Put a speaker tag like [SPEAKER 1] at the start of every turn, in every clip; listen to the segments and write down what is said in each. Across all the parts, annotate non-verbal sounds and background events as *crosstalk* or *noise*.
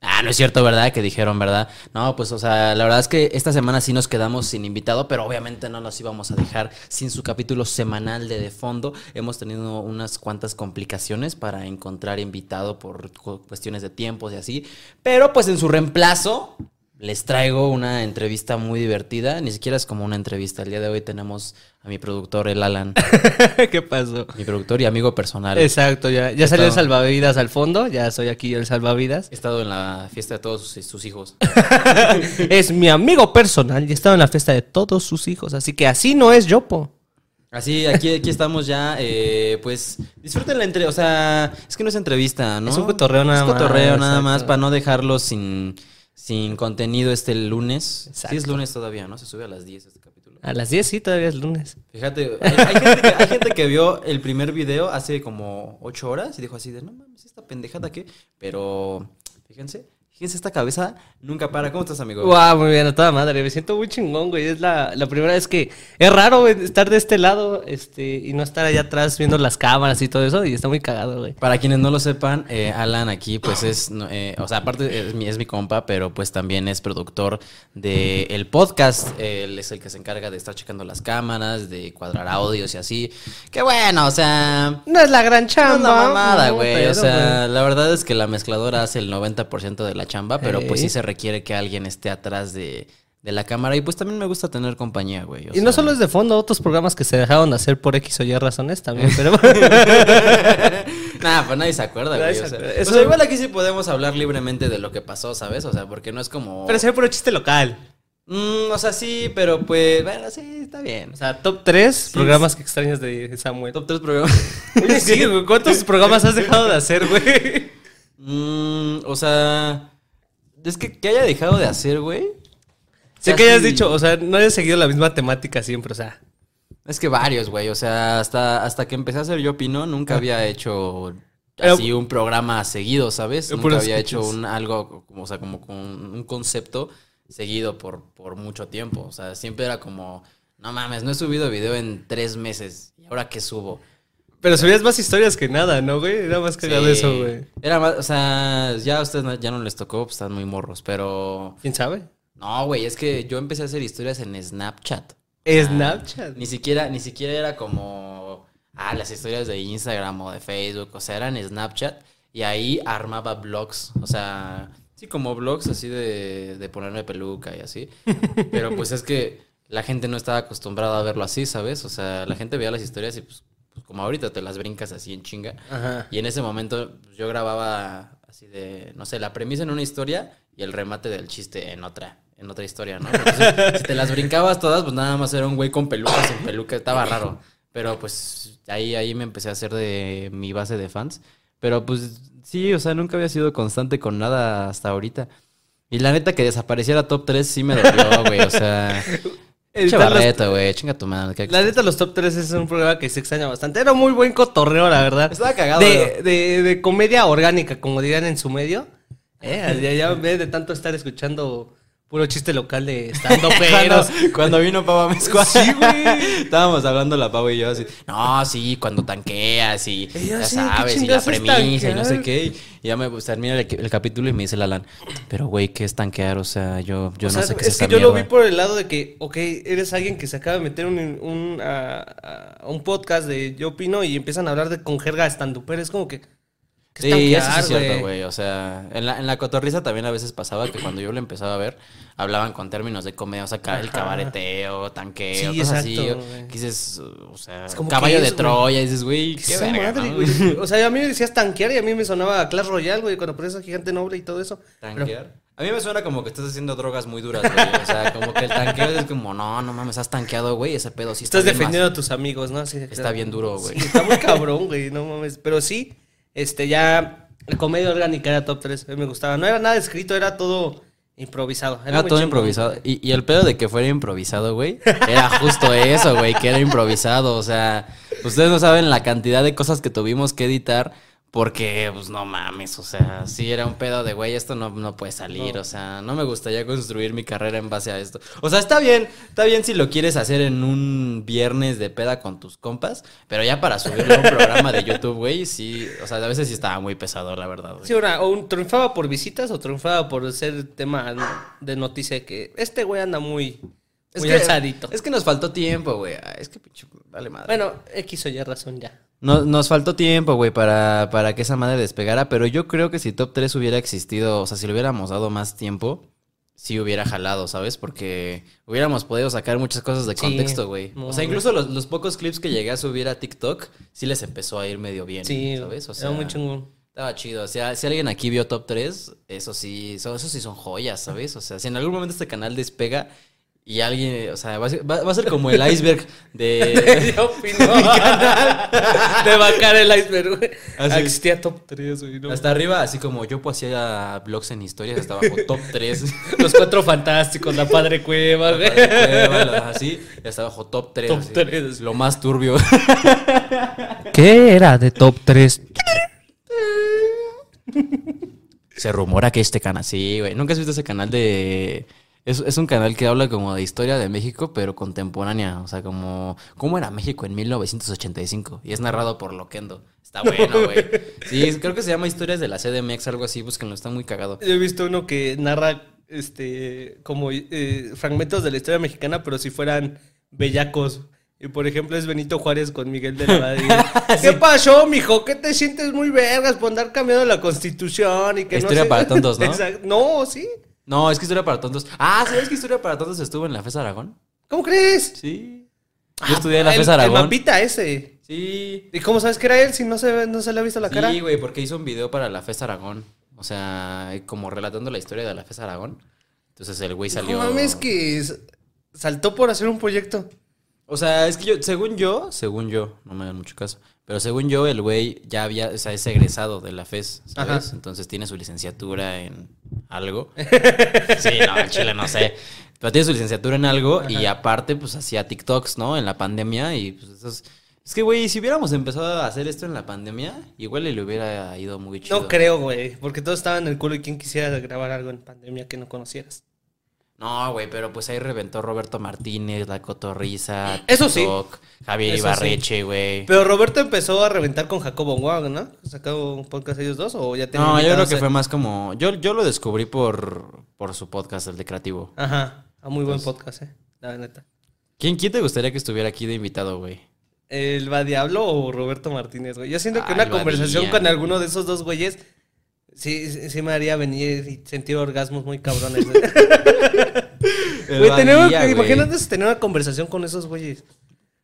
[SPEAKER 1] ah, no es cierto, ¿verdad? Que dijeron, ¿verdad? No, pues, o sea, la verdad es que esta semana sí nos quedamos sin invitado, pero obviamente no los íbamos a dejar sin su capítulo semanal de De Fondo. Hemos tenido unas cuantas complicaciones para encontrar invitado por cu- cuestiones de tiempos y así, pero pues en su reemplazo les traigo una entrevista muy divertida. Ni siquiera es como una entrevista. El día de hoy tenemos a mi productor, el Alan,
[SPEAKER 2] *laughs* ¿Qué pasó?
[SPEAKER 1] mi productor y amigo personal.
[SPEAKER 2] Exacto, ya, ya salió el
[SPEAKER 1] tal?
[SPEAKER 2] salvavidas al fondo, ya soy aquí el salvavidas.
[SPEAKER 1] He estado en la fiesta de todos sus, sus hijos.
[SPEAKER 2] es mi amigo personal y he estado en la fiesta de todos sus hijos, así que así no es Yopo.
[SPEAKER 1] Así, aquí, aquí estamos ya, eh, pues disfruten la entrevista, o sea, es que no es entrevista, ¿no?
[SPEAKER 2] Es un cotorreo nada
[SPEAKER 1] Es cotorreo
[SPEAKER 2] más,
[SPEAKER 1] nada más
[SPEAKER 2] exacto.
[SPEAKER 1] para no dejarlo sin, sin contenido este lunes.
[SPEAKER 2] Exacto.
[SPEAKER 1] Sí es lunes todavía, ¿no? Se sube a las 10 este capítulo.
[SPEAKER 2] A las 10 sí, todavía es lunes.
[SPEAKER 1] Fíjate, hay, hay gente que, hay gente que vio el primer video hace como 8 horas y dijo así de, no mames, esta pendejada que, pero fíjense, fíjense esta cabeza nunca para. ¿Cómo estás, amigo?
[SPEAKER 2] Guau, muy bien, a toda madre, me siento muy chingón, güey. Es la, la primera vez que es raro güey, estar de este lado este, y no estar allá atrás viendo las cámaras y todo eso, y está muy cagado, güey.
[SPEAKER 1] Para quienes no lo sepan, eh, Alan aquí, pues es, no, eh, o sea, aparte es mi, es mi compa, pero pues también es productor del el podcast. Él es el que se encarga de estar checando las cámaras, de cuadrar audios y así. Que bueno, o sea,
[SPEAKER 2] No es la gran
[SPEAKER 1] no
[SPEAKER 2] chamba.
[SPEAKER 1] es la mamada,
[SPEAKER 2] no,
[SPEAKER 1] güey.
[SPEAKER 2] pero, pues.
[SPEAKER 1] o sea,
[SPEAKER 2] güey.
[SPEAKER 1] la verdad es que la mezcladora hace el 90% de la chamba, pero pues sí
[SPEAKER 2] Ey.
[SPEAKER 1] se requiere que alguien esté atrás de, de la cámara. Y pues también me gusta tener compañía, güey. o
[SPEAKER 2] Y
[SPEAKER 1] sea.
[SPEAKER 2] no solo es de fondo, otros programas que se dejaron de hacer por X o Y
[SPEAKER 1] *laughs*
[SPEAKER 2] razones también, pero...
[SPEAKER 1] Nada, pues nadie se acuerda,
[SPEAKER 2] Nadie
[SPEAKER 1] güey. O
[SPEAKER 2] se
[SPEAKER 1] sea,
[SPEAKER 2] acuerda.
[SPEAKER 1] o
[SPEAKER 2] Eso-
[SPEAKER 1] sea, igual aquí sí podemos hablar libremente de lo que pasó, ¿sabes? O sea, porque no es como.
[SPEAKER 2] ve puro chiste local.
[SPEAKER 1] Mm, o sea, sí, pero pues. Bueno, sí, está bien.
[SPEAKER 2] O sea, top 3
[SPEAKER 1] Sí,
[SPEAKER 2] programas que extrañas de Samuel. *laughs*
[SPEAKER 1] top 3 programas. *laughs*
[SPEAKER 2] Oye, sí, güey, ¿cuántos programas has dejado de hacer, güey?
[SPEAKER 1] Mm, o sea. Es que, que haya dejado de hacer, güey.
[SPEAKER 2] Sé
[SPEAKER 1] Ya
[SPEAKER 2] que hayas
[SPEAKER 1] sí.
[SPEAKER 2] dicho, o sea, no hayas seguido la misma temática siempre, o sea.
[SPEAKER 1] Es que varios, güey. O sea, hasta, hasta que empecé a hacer Yo Opino, nunca había hecho
[SPEAKER 2] Era-
[SPEAKER 1] así un programa seguido, ¿sabes?
[SPEAKER 2] Era
[SPEAKER 1] Nunca
[SPEAKER 2] puros
[SPEAKER 1] había hecho
[SPEAKER 2] sketches.
[SPEAKER 1] un algo, como- o sea, como con un concepto seguido por, por mucho tiempo. O sea, siempre era como, no mames, no he subido video en tres meses. ¿Y ahora qué subo?
[SPEAKER 2] Pero subías más historias que nada, ¿no, güey? Era más cagado
[SPEAKER 1] Sí.
[SPEAKER 2] eso, güey.
[SPEAKER 1] Era más, o sea, ya a ustedes no- ya no les tocó, pues están muy morros, pero...
[SPEAKER 2] ¿Quién sabe?
[SPEAKER 1] No, güey, es que yo empecé a hacer historias en Snapchat.
[SPEAKER 2] Snapchat.
[SPEAKER 1] Ah, Ni siquiera, ni siquiera era como ah, las historias de Instagram o de Facebook, o sea, eran Snapchat y ahí armaba blogs, o sea, sí como blogs así de, de ponerme peluca y así, pero pues es que la gente no estaba acostumbrada a verlo así, ¿sabes? O sea, la gente veía las historias y pues, pues, como ahorita te las brincas así en chinga.
[SPEAKER 2] Ajá.
[SPEAKER 1] Y en ese momento pues, yo grababa así de, no sé, la premisa en una historia y el remate del chiste en otra, en otra historia, ¿no? Porque si, si te las brincabas todas, pues nada más era un güey con peluca, sin peluca, estaba raro. Pero pues ahí, ahí me empecé a hacer de mi base de fans. Pero pues sí, o sea, nunca había sido constante con nada hasta ahorita. Y la neta que desapareciera top 3 sí me dolió, güey. O *laughs* sea,
[SPEAKER 2] Editar los-
[SPEAKER 1] chavarreta, güey. Chinga tu madre. ¿qué-
[SPEAKER 2] La neta, los top 3 es un programa que se extraña bastante. Era muy buen cotorreo, la verdad.
[SPEAKER 1] Estaba cagado.
[SPEAKER 2] De, de, de comedia orgánica, como dirían en su medio. Eh, ya, ya en vez de tanto estar escuchando puro chiste local
[SPEAKER 1] *laughs*
[SPEAKER 2] de estando
[SPEAKER 1] cuando,
[SPEAKER 2] peros.
[SPEAKER 1] cuando vino Pava Mezcua.
[SPEAKER 2] Sí,
[SPEAKER 1] *laughs*
[SPEAKER 2] güey.
[SPEAKER 1] Estábamos hablando la Pava y yo así. No, sí, cuando tanqueas y
[SPEAKER 2] Y yo
[SPEAKER 1] ya
[SPEAKER 2] así, ¿qué
[SPEAKER 1] sabes, y la
[SPEAKER 2] chingados es
[SPEAKER 1] premisa y no sé
[SPEAKER 2] tanquear?
[SPEAKER 1] qué. Y ya me pues, termina el, el capítulo y me dice la Alan, pero güey, ¿qué es tanquear? O sea, yo, yo
[SPEAKER 2] O
[SPEAKER 1] no
[SPEAKER 2] sea,
[SPEAKER 1] sé qué es
[SPEAKER 2] es
[SPEAKER 1] esa
[SPEAKER 2] que yo lo vi
[SPEAKER 1] mierda".
[SPEAKER 2] por el lado de que, ok, eres alguien que se acaba de meter un, un, a- a un podcast de Yo Opino y empiezan a hablar de con jerga estandupera. Es como que. que
[SPEAKER 1] Sí, eso sí
[SPEAKER 2] stalkear,
[SPEAKER 1] es cierto, güey. O sea, en la, en la cotorriza también a veces pasaba que cuando yo lo empezaba a ver, hablaban con términos de comedia, o sea, ca- el
[SPEAKER 2] Ajá.
[SPEAKER 1] cabareteo, tanqueo,
[SPEAKER 2] Sí,
[SPEAKER 1] cosas
[SPEAKER 2] exacto,
[SPEAKER 1] así.
[SPEAKER 2] güey.
[SPEAKER 1] Que dices, o sea,
[SPEAKER 2] Es como,
[SPEAKER 1] caballo
[SPEAKER 2] ¿qué
[SPEAKER 1] de
[SPEAKER 2] es, güey?
[SPEAKER 1] Troya, y dices, güey,
[SPEAKER 2] Que
[SPEAKER 1] qué
[SPEAKER 2] esa
[SPEAKER 1] verga,
[SPEAKER 2] madre,
[SPEAKER 1] ¿no?
[SPEAKER 2] güey. *laughs* O sea, a mí me decías tanquear y a mí me sonaba a Clash Royale, güey, cuando ponías a Gigante Noble y todo eso. Pero-
[SPEAKER 1] ¿Tanquear? A mí me suena como que estás haciendo drogas muy duras, güey. O sea, como que el tanqueo es como, no, no mames, has tanqueado, güey, ese pedo sí está
[SPEAKER 2] Estás
[SPEAKER 1] bien
[SPEAKER 2] defendiendo a tus amigos, ¿no? Así de-
[SPEAKER 1] Está bien duro, güey.
[SPEAKER 2] Sí,
[SPEAKER 1] *laughs*
[SPEAKER 2] está muy cabrón, güey, no mames. Pero sí, este, ya la comedia orgánica era top 3, me gustaba. No era nada escrito, era todo improvisado.
[SPEAKER 1] Era
[SPEAKER 2] muy
[SPEAKER 1] todo
[SPEAKER 2] chingón.
[SPEAKER 1] improvisado. Y, y el pedo de que fuera improvisado, güey, era justo eso, güey, que era improvisado. O sea, ustedes no saben la cantidad de cosas que tuvimos que editar Porque, pues no mames, o sea, sí era un pedo de, güey, esto no, no puede salir, o sea, no me gustaría construir mi carrera en base a esto. O sea, está bien, está bien si lo quieres hacer en un viernes de peda con tus compas, pero ya para subirlo a un programa de YouTube, güey, sí, o sea, a veces sí estaba muy pesado, la verdad. güey.
[SPEAKER 2] Sí, ahora, o un, triunfaba por visitas o triunfaba por ser tema ¿no? de noticia que este güey anda muy,
[SPEAKER 1] Es
[SPEAKER 2] muy
[SPEAKER 1] que-
[SPEAKER 2] alzadito.
[SPEAKER 1] Es que nos faltó tiempo, güey. Ay, Es que pinche, vale madre.
[SPEAKER 2] Bueno, X o Y razón ya.
[SPEAKER 1] No- nos faltó tiempo, güey, para, para que esa madre despegara, pero yo creo que si Top 3 hubiera existido, o sea, si le hubiéramos dado más tiempo, sí hubiera jalado, ¿sabes? Porque hubiéramos podido sacar muchas cosas de
[SPEAKER 2] Sí.
[SPEAKER 1] contexto, güey.
[SPEAKER 2] No,
[SPEAKER 1] o sea,
[SPEAKER 2] güey.
[SPEAKER 1] incluso los, los pocos clips que llegué a subir a TikTok, sí les empezó a ir medio bien,
[SPEAKER 2] Sí,
[SPEAKER 1] ¿sabes? O
[SPEAKER 2] era
[SPEAKER 1] sea, *laughs*
[SPEAKER 2] muy chingón. *laughs*
[SPEAKER 1] estaba chido. O sea, si alguien aquí vio Top 3, eso sí, son, eso sí son joyas, ¿sabes? O sea, si en algún momento este canal despega y alguien, o sea, va a ser, va- va a ser como
[SPEAKER 2] *laughs*
[SPEAKER 1] el iceberg de...
[SPEAKER 2] Yo opino mi canal de vacar el iceberg, güey.
[SPEAKER 1] Así
[SPEAKER 2] Ah,
[SPEAKER 1] es.
[SPEAKER 2] Existía top 3, güey. ¿no?
[SPEAKER 1] Hasta arriba, así como yo pues hacía blogs en historias, hasta abajo,
[SPEAKER 2] *laughs*
[SPEAKER 1] top 3.
[SPEAKER 2] Los cuatro fantásticos, la padre cueva, güey.
[SPEAKER 1] así, y hasta abajo, top 3.
[SPEAKER 2] Top tres.
[SPEAKER 1] Lo más turbio. *laughs*
[SPEAKER 2] ¿Qué era de top 3?
[SPEAKER 1] Se rumora que este canal, sí, güey. ¿Nunca has visto ese canal de... Es, es un canal que habla como de historia de México, pero contemporánea. O sea, como... ¿Cómo era México en 1985? Y es narrado por Loquendo. Está bueno, güey. Sí, creo que se llama Historias de la CDMX, algo así. Búsquenlo, está muy cagado.
[SPEAKER 2] Yo he visto uno que narra este como eh, fragmentos de la historia mexicana, pero si fueran bellacos. Y por ejemplo es Benito Juárez con Miguel de
[SPEAKER 1] *laughs*
[SPEAKER 2] la Madrid. ¿Qué pasó, mijo? ¿Qué te sientes muy vergas por andar cambiando la constitución y que
[SPEAKER 1] Historia
[SPEAKER 2] no sé-
[SPEAKER 1] para
[SPEAKER 2] *laughs*
[SPEAKER 1] tontos, ¿no?
[SPEAKER 2] Exacto. No, sí.
[SPEAKER 1] No, es que Historia para Tontos... Ah, ¿sabes que Historia para Tontos estuvo en la FES Aragón?
[SPEAKER 2] ¿Cómo crees?
[SPEAKER 1] Sí. Yo estudié en la
[SPEAKER 2] Ah, El-
[SPEAKER 1] FES
[SPEAKER 2] El
[SPEAKER 1] Aragón.
[SPEAKER 2] mapita ese.
[SPEAKER 1] sí.
[SPEAKER 2] ¿Y cómo sabes que era él si no se, ve- no se le ha visto la cara?
[SPEAKER 1] Sí, güey, porque hizo un video para la FES Aragón. O sea, como relatando la historia de la FES Aragón. Entonces el güey salió.
[SPEAKER 2] No mames que s- saltó por hacer un proyecto.
[SPEAKER 1] O sea, es que yo, según yo, según yo, no me hagan mucho caso. Pero según yo, el güey ya había, o sea, es egresado de la FES, ¿sabes?
[SPEAKER 2] Ajá.
[SPEAKER 1] Entonces tiene su licenciatura en
[SPEAKER 2] *laughs*
[SPEAKER 1] algo. sí, no, en Chile no sé. Pero tiene su licenciatura en algo y aparte, pues hacía TikToks, ¿no? En la pandemia y pues eso es. Es que, güey, si hubiéramos empezado a hacer esto en la pandemia, igual y le hubiera ido muy chido.
[SPEAKER 2] No creo, güey, porque todo estaba en el culo y quién quisiera grabar algo en pandemia que no conocieras.
[SPEAKER 1] No, güey, pero pues ahí reventó Roberto Martínez, La Cotorriza,
[SPEAKER 2] Eso sí.
[SPEAKER 1] TikTok, Javier
[SPEAKER 2] Eso sí.
[SPEAKER 1] Ibarreche, güey.
[SPEAKER 2] Pero Roberto empezó a reventar con Jacobo Wang, ¿no? ¿Sacó un podcast ellos dos o ya tenían
[SPEAKER 1] No, yo creo
[SPEAKER 2] invitados
[SPEAKER 1] que
[SPEAKER 2] a-
[SPEAKER 1] fue más como. Yo, yo lo descubrí por, por su podcast, el de Creativo.
[SPEAKER 2] Ajá, a muy buen podcast, eh, la neta.
[SPEAKER 1] ¿Quién, quién te gustaría que estuviera aquí de invitado, güey?
[SPEAKER 2] ¿El Va Diablo o Roberto Martínez, güey? Yo siento que
[SPEAKER 1] Ah,
[SPEAKER 2] una
[SPEAKER 1] el Va
[SPEAKER 2] conversación
[SPEAKER 1] Diablo.
[SPEAKER 2] con alguno de esos dos güeyes sí, sí sí me haría venir y sentir orgasmos muy cabrones. güey. Güey, tenemos que- imagínate si tener una conversación con esos güeyes.